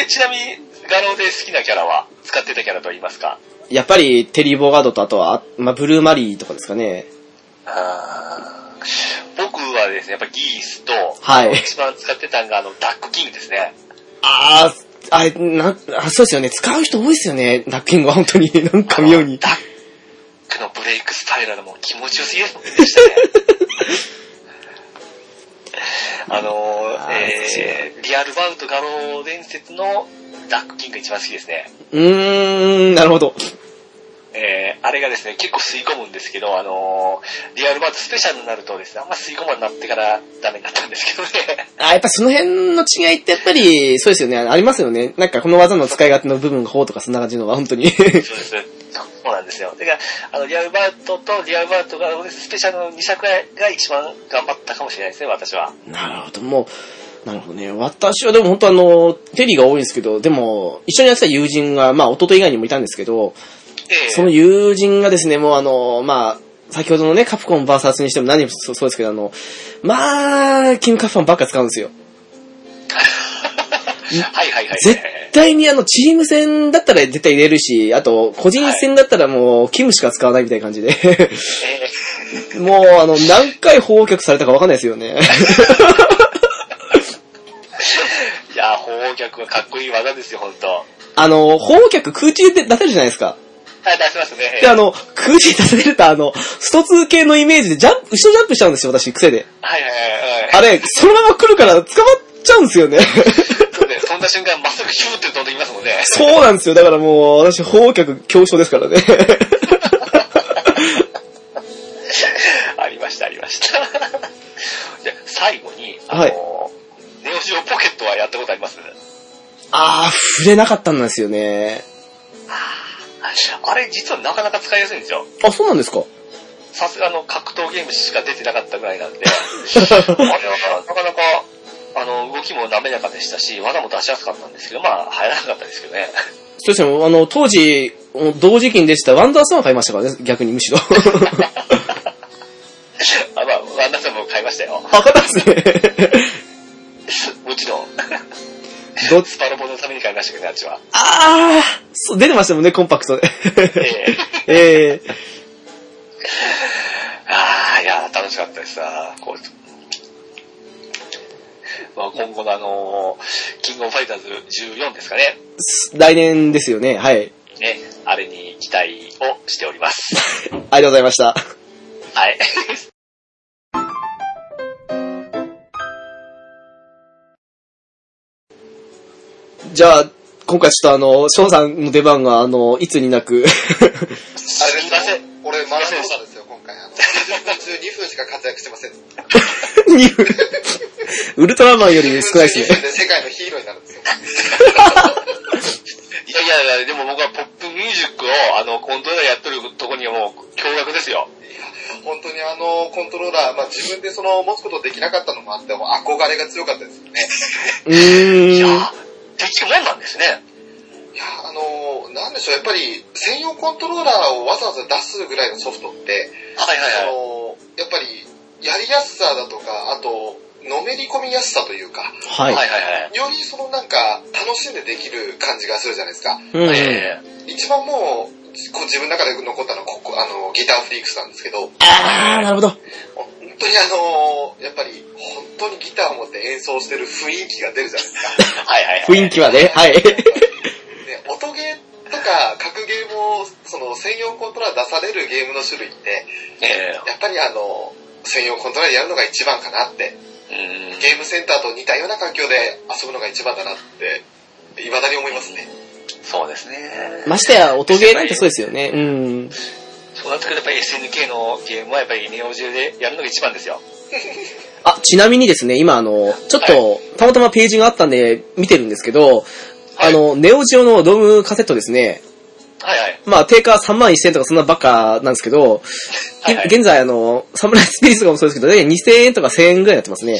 え、ちなみに、画廊で好きなキャラは、使ってたキャラと言いますかー、やっぱり、テリー・ボガードと、あとは、あまあ、ブルーマリーとかですかね。あー僕はですね、やっぱギースと、はい一番使ってたのが、あの、ダックキングですね。あー、あれ、なん、あ、そうですよね。使う人多いですよね。ダッキングは本当に。 なんか妙に。ダックのブレイクスタイルのもう気持ちよすぎですもんね。でしたねあのあーー、えー、リアルバウンと画廊伝説のダックキング一番好きですね。うーん、なるほど。えー、あれがですね、結構吸い込むんですけど、あのー、リアルバウンドスペシャルになるとですね、あんま吸い込まになってからダメになったんですけどね。あー、やっぱその辺の違いってやっぱり、そうですよね。ありますよね。なんかこの技の使い勝手の部分がこうとかそんな感じのは本当に。 そうです。そうなんですよ。だから、あの、リアルバウトとリアルバウトが、スペシャルの2作が一番頑張ったかもしれないですね、私は。なるほど、もう、なるほどね。私はでも本当あの、テリーが多いんですけど、でも、一緒にやってた友人が、まあ、弟以外にもいたんですけど、ええその友人がですね、もうあの、まあ、先ほどのね、カプコン VS にしても何もそそうですけど、あの、まあ、キングカプコンばっか使うんですよ。はいはいはい。絶対にあの、チーム戦だったら絶対入れるし、あと、個人戦だったらもう、キムしか使わないみたいな 感じで。えもう、あの、何回放却されたかわかんないですよ ね。えいや、砲脚はかっこいい技ですよ、ほんと。はあの、放却空中で出せるじゃないですか。い、出しますね。で、あの、空中に出せると、あの、スト2系のイメージで、ジャンプ、後ろジャンプしちゃうんですよ、私、癖で。はいはいはいはい。あれ、そのまま来るから、捕まっちゃうんですよ ね。そうね飛んだ瞬間、まっすぐヒューって飛んできますもんね。そうなんですよ。だからもう、私、放却強症ですからね。 ありました、ありました。 じゃあ最後に、あの、はいネオジオポケットはやったことあります あー、触れなかったんですよね。あれ、実はなかなか使いやすいんですよ。あ、そうなんですか。さすがの格闘ゲームしか出てなかったぐら いなんで、あれはなかなか、あの、動きも滑らかでしたし、技も出しやすかったんですけど、まあ、入らなかったですけどね。 そうですね、あの、当時、同時期に出てたワンダースワン買いましたからね、逆にむしろ。 あ、まあ、ワンダーさんも買いましたよ。あ、かったですね。もちろん。どっスパロボのために買いましたけどね、あっちは。あー、そう出てましたもんね、コンパクトで。 えええー、ああ、いやー、楽しかったですなこう、まあ、今後のあのーキングオブファイターズ14ですかね。来年ですよね、はい。ね、あれに期待をしております。ありがとうございました。はい。じゃあ、今回ちょっとあの、翔さんの出番が、あの、いつになく。 あれですよすいません。俺、マラソン者ですよ、今回。あ の、12分しか活躍してません。にウルトラマンより少ないです12ね。分で世界のヒーローになるんですよ。いやいやいや、でも僕はポップミュージックを、あの、コントローラーやってるとこにはもう、驚愕ですよ。本当にあの、コントローラー、まあ自分でその、持つことできなかったのもあって、もう憧れが強かったですよね。ういやーん。ー、できるもんなんですね。いや、あの、なんでしょう、やっぱり、専用コントローラーをわざわざ出すぐらいのソフトって、はいあはいはい。の、やっぱり、やりやすさだとか、あと、のめり込みやすさというか、はい。はいはいはい。よりそのなんか、楽しんでできる感じがするじゃないですか。うん。え一番もう、こう自分の中で残ったのはここ、あの、ギターフリークスなんですけど、あー、なるほど。本当にあのやっぱり、本当にギターを持って演奏してる雰囲気が出るじゃないですか。え はいはいはい。雰囲気はね、はい。ね、音ゲーとか、格ゲーも、その、専用コントローラー出されるゲームの種類って、えやっぱりあの専用コントローラーでやるのが一番かなって、えうん。ゲームセンターと似たような環境で遊ぶのが一番だなって、未だに思いますね。そうですね。ましてや、音ゲーなんてそうですよね。うん。そうなってくるとやっぱり SNK のゲームはやっぱりネオジェでやるのが一番ですよ。あ、ちなみにですね、今あの、ちょっと、たまたまページがあったんで、見てるんですけど、あの、ネオジオのドームカセットですね。はいはい。まあ、定価3万1000とかそんなバカなんですけど、はいはいげ現在あの、サムライスピリッツとかもそうですけど、大体2000円とか1000円ぐらいになってますね。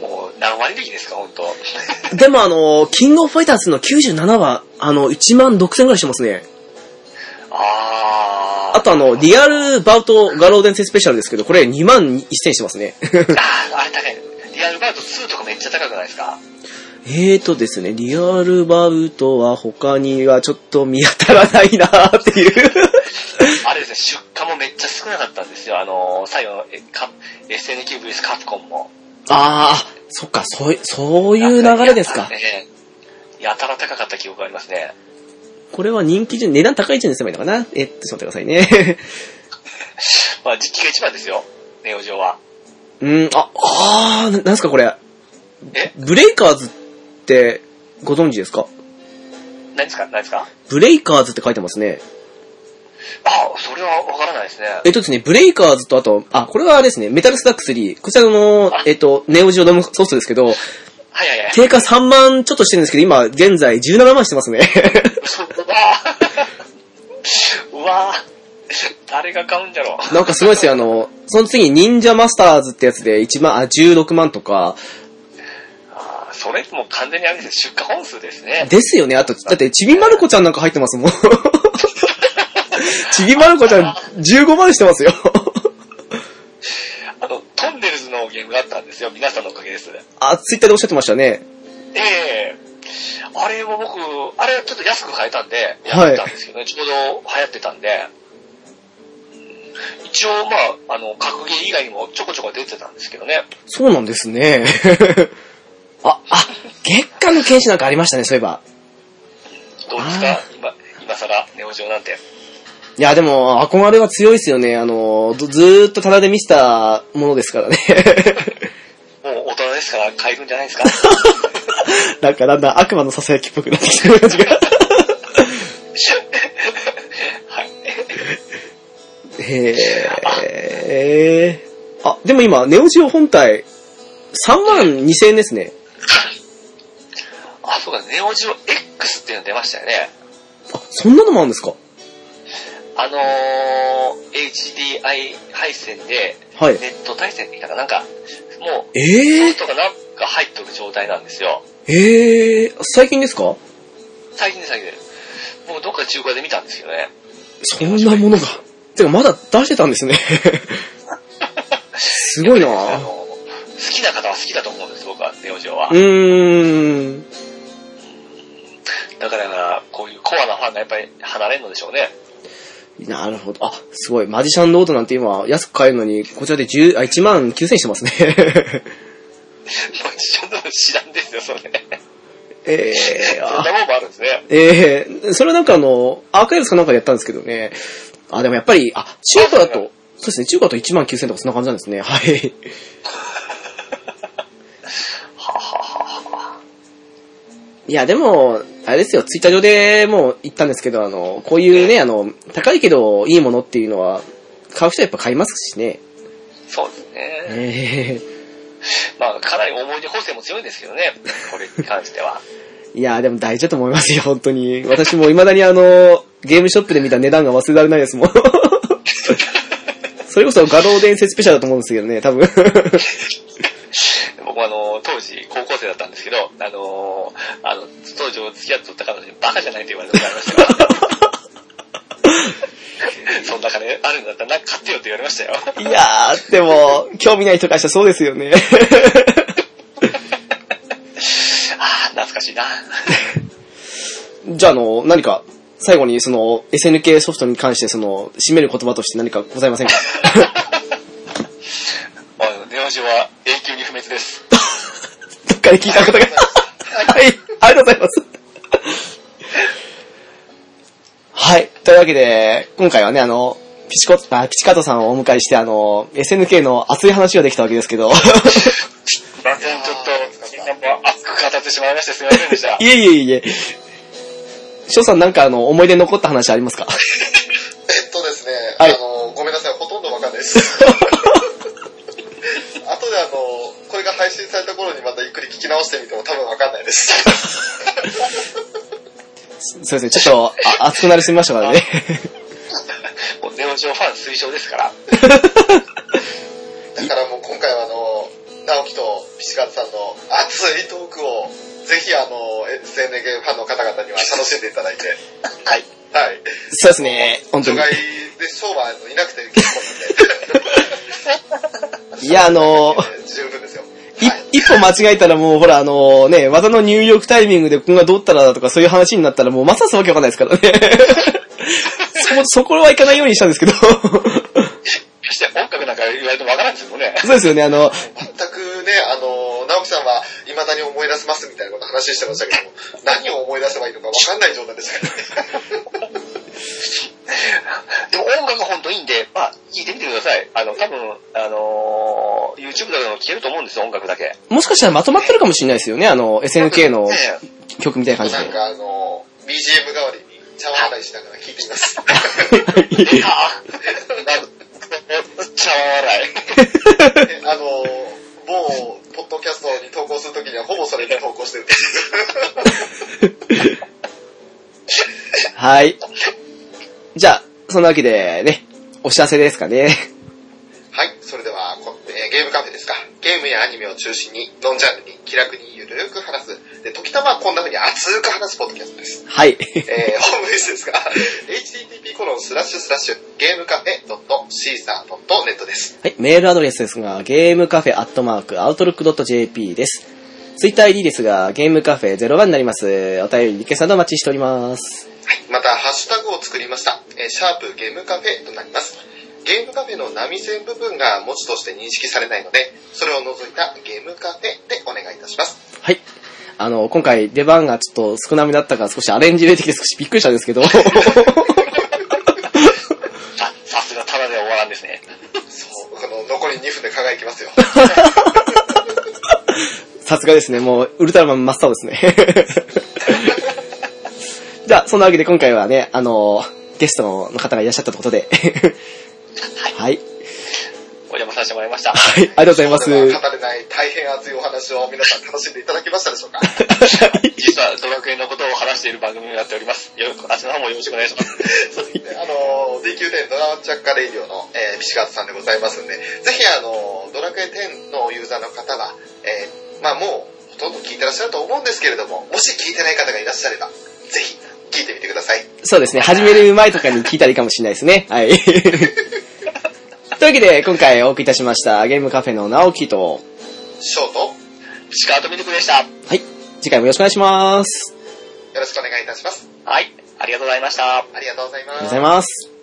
もう何割引きですか、本 当あでもあの、キングオブファイターズの97は、あの、1万6000ぐらいしてますね。 あー。あとあの、リアルバウト画廊伝説スペシャルですけど、これ2万1000してますね。あーあれ高い。リアルバート2とかめっちゃ高くないですかえーとですね、リアルバウトは他にはちょっと見当たらないなーっていう。あれですね、出荷もめっちゃ少なかったんですよ。あのー、最後のえカ SNQVS カプコンも。 ああ、そっか、そうい、そういう流れですか。ええやたら高かった記憶がありますね。これは人気順、値段高い順にすればいいのかなえっと、ちょっと待ってください ね。まあ、時期が一番ですよ。ネオジオは。うん、あ、あー、ななんすかこれ。えブレイカーズって、ご存知ですか何ですか何ですかブレイカーズって書いてますね。あ、それはわからないですね。えっとですね、ブレイカーズとあと、あ、これはあれですね、メタルスタック3。こちらの、えっと、ネオジオドームソフトですけ ど、はいはいはい。定価3万ちょっとしてるんですけど、今、現在17万してますね。 うわぁ。誰が買うんだろう。なんかすごいですよ、あの、その次に忍者マスターズってやつで1万、あ、16万とか、あーそれもう完全にあれですよ出荷本数ですね。ですよね。あと、だって、ちびまる子ちゃんなんか入ってますもん。 ちびまる子ちゃん15万してますよ。あの、トンネルズのゲームがあったんですよ。皆さんのおかげです。あ、ツイッターでおっしゃってましたね。ええあれも僕、あれちょっと安く買えたんで、はいやったんですけどね、ちょうど流行ってたんで、一応まあ、あの、格ゲー以外にもちょこちょこ出てたんですけどね。そうなんですね。 あ、あ、月間の剣士なんかありましたね、そういえば。どうですあか今、今更、ネオジオなんて。いや、でも、憧れは強いですよね。あの、ずずーっとタダで見せたものですからね。もう大人ですから買えるんじゃないですかなんか、だんだん悪魔の囁きっぽくなってきてる感じが。はい。へえ。あ、でも今、ネオジオ本体、3万2000円ですね。 あ、そうか、ネオジオ X っていうの出ましたよね。あ、そんなのもあるんですかあのー、HDI 配線で、はい。ネット対戦できたかなんか、もう、ソええフトがなんか入っとる状態なんですよ。ええ最近ですか最近で最近で。もうどっか中古屋で見たんですけどね。そんなものが。てか、まだ出してたんです ね。すごいなあの、好きな方は好きだと思うんです、僕は、ネオジオはう。ーん。だから、こういうコアなファンがやっぱり離れるのでしょうね。 なるほど。あ、すごい。マジシャンロードなんて今、安く買えるのに、こちらで10、あ、1万9000してますね。ちょっと知らんですよ、それ。そんええあなもんもあるんですね。 ええそれはなんかあの、アーカイブスかなんかでやったんですけどね。あ、でもやっぱり、あ、中古だはいと、そうですね、中古だと1万9000とかそんな感じなんですね。はい。 いや、でも、あれですよ、ツイッター上でもう言ったんですけど、あの、こういうね、あの、高いけどいいものっていうのは、買う人はやっぱ買いますしね。そうですね。えまあ、かなり思い出補正も強いんですけどね、これに関しては。えいや、でも大事だと思いますよ、本当に。私も未だにあの、ゲームショップで見た値段が忘れられないですもん。それこそ画廊伝説ペシャルだと思うんですけどね、多分。僕はあの、当時高校生だったんですけど、あのーあの、当時お付き合っておった彼女にバカじゃないと言われたことがありましたから。 そんな金あるんだったらなんか買ってよって言われましたよ。いやー、でも、興味ない人からしたらそうですよね。 ああ、懐かしいな。じゃあ、あの、何か、最後に、その、SNK ソフトに関して、その、締める言葉として何かございませんかまあ、ネオジオは永久に不滅です。どっかで聞い たことが。はい、ありがとうございます。はい、というわけで、今回はね、あの、ピチコあピチカートさんをお迎えして、あの、SNK の熱い話ができたわけですけ ど、ません、ちょっと、みんなも熱く語ってしまいましてすみませんでしたい。えいえいえ、翔さんなんかあの、思い出に残った話ありますか えっとですね、はいあの、ごめんなさい、ほとんどわかんないです。あとであの、これが配信された頃にまたゆっくり聞き直してみても多分わかんないです。そうですね、ちょっと、あ熱くなりすぎましたからね。もうネオジオファン推奨ですから。だからもう今回はあの、直樹とピチカツさんの熱いトークを、ぜひあの、SNK ファンの方々には楽しんでいただいて、はい。はい。そうですね、本当除に外。で商売いなくて結構いや、あの、 なんで、十分ですよ。はい。い一歩間違えたらもうほらあのね、技の入力タイミングでここがどうったらだとかそういう話になったらもうますますわけわかんないですからね。 そこ、そこはいかないようにしたんですけど。 そそして音楽なんか言われてもわからないですもんね。うですよね、あの、全くね、あの、直樹さんは未だに思い出せますみたいなこと話してましたけども、何を思い出せばいいのかわかんない状態でしたからね。でも音楽本当いいんで、まあ、聞いてみてください。あの、多分、あのー YouTube だけでも聴けると思うんですよ、音楽だけ。もしかしたらまとまってるかもしれないですよね、あの、SNK のねえ曲みたいな感じなんかあの、BGM 代わりに茶碗洗いしながら聞いてい ます。で。あなん茶碗洗い。であの、某、ポッドキャストに投稿するときにはほぼそれに投稿してるんです。はい。じゃあ、そんなわけでね、お知らせですかね。はい、それでは、こえーゲームカフェですか。ゲームやアニメを中心に、ノンジャンルに気楽にゆるーく話す。で、時たまこんな風に熱く話すポッドキャストです。はい。えー、ホームページですが、http コロンスラッシュスラッシュゲームカフェ .caesar.net です。はい、メールアドレスですが、ゲームカフェアットマーク、アウトロック .jp です。ツイッター ID ですが、ゲームカフェ01になります。お便り、リクエストなどお待ちしております。はい、また、ハッシュタグを作りました。えー、シャープゲームカフェとなります。ゲームカフェの波線部分が文字として認識されないので、それを除いたゲームカフェでお願いいたします。はい。あの、今回出番がちょっと少なめだったから少しアレンジ出てきて少しびっくりしたんですけど。 あ、さすがただでは終わらんですね。そう、この残り2分で輝きますよ。さすがですね、もう、ウルトラマン真っ青ですね。 じゃあ、そんなわけで今回はね、あの、ゲストの方がいらっしゃったということで。はい。お邪魔させてもらいました。はい、ありがとうございます。それでは語れない大変熱いお話を皆さん楽しんでいただけましたでしょうか実はドラクエのことを話している番組になっております。よろしく、あちらの方もよろしくお願いします。であの、DQ10 ドラチャッカレイディオの、えーピシカートさんでございますんで、ぜひあの、ドラクエ10のユーザーの方は、えーまあもうほとんど聞いてらっしゃると思うんですけれども、もし聞いてない方がいらっしゃれば、ぜひ聞いてみてください。そうですね、始める前とかに聞いたらいいかもしれないですね。はい。というわけで、今回お送りいたしました、ゲームカフェの直樹と、ショート、よ石川とミルクでした。はい、次回もよろしくお願いします。ろしくお願いいたします。はい、ありがとうございました。ありがとうございあまりがすとうござい。ます。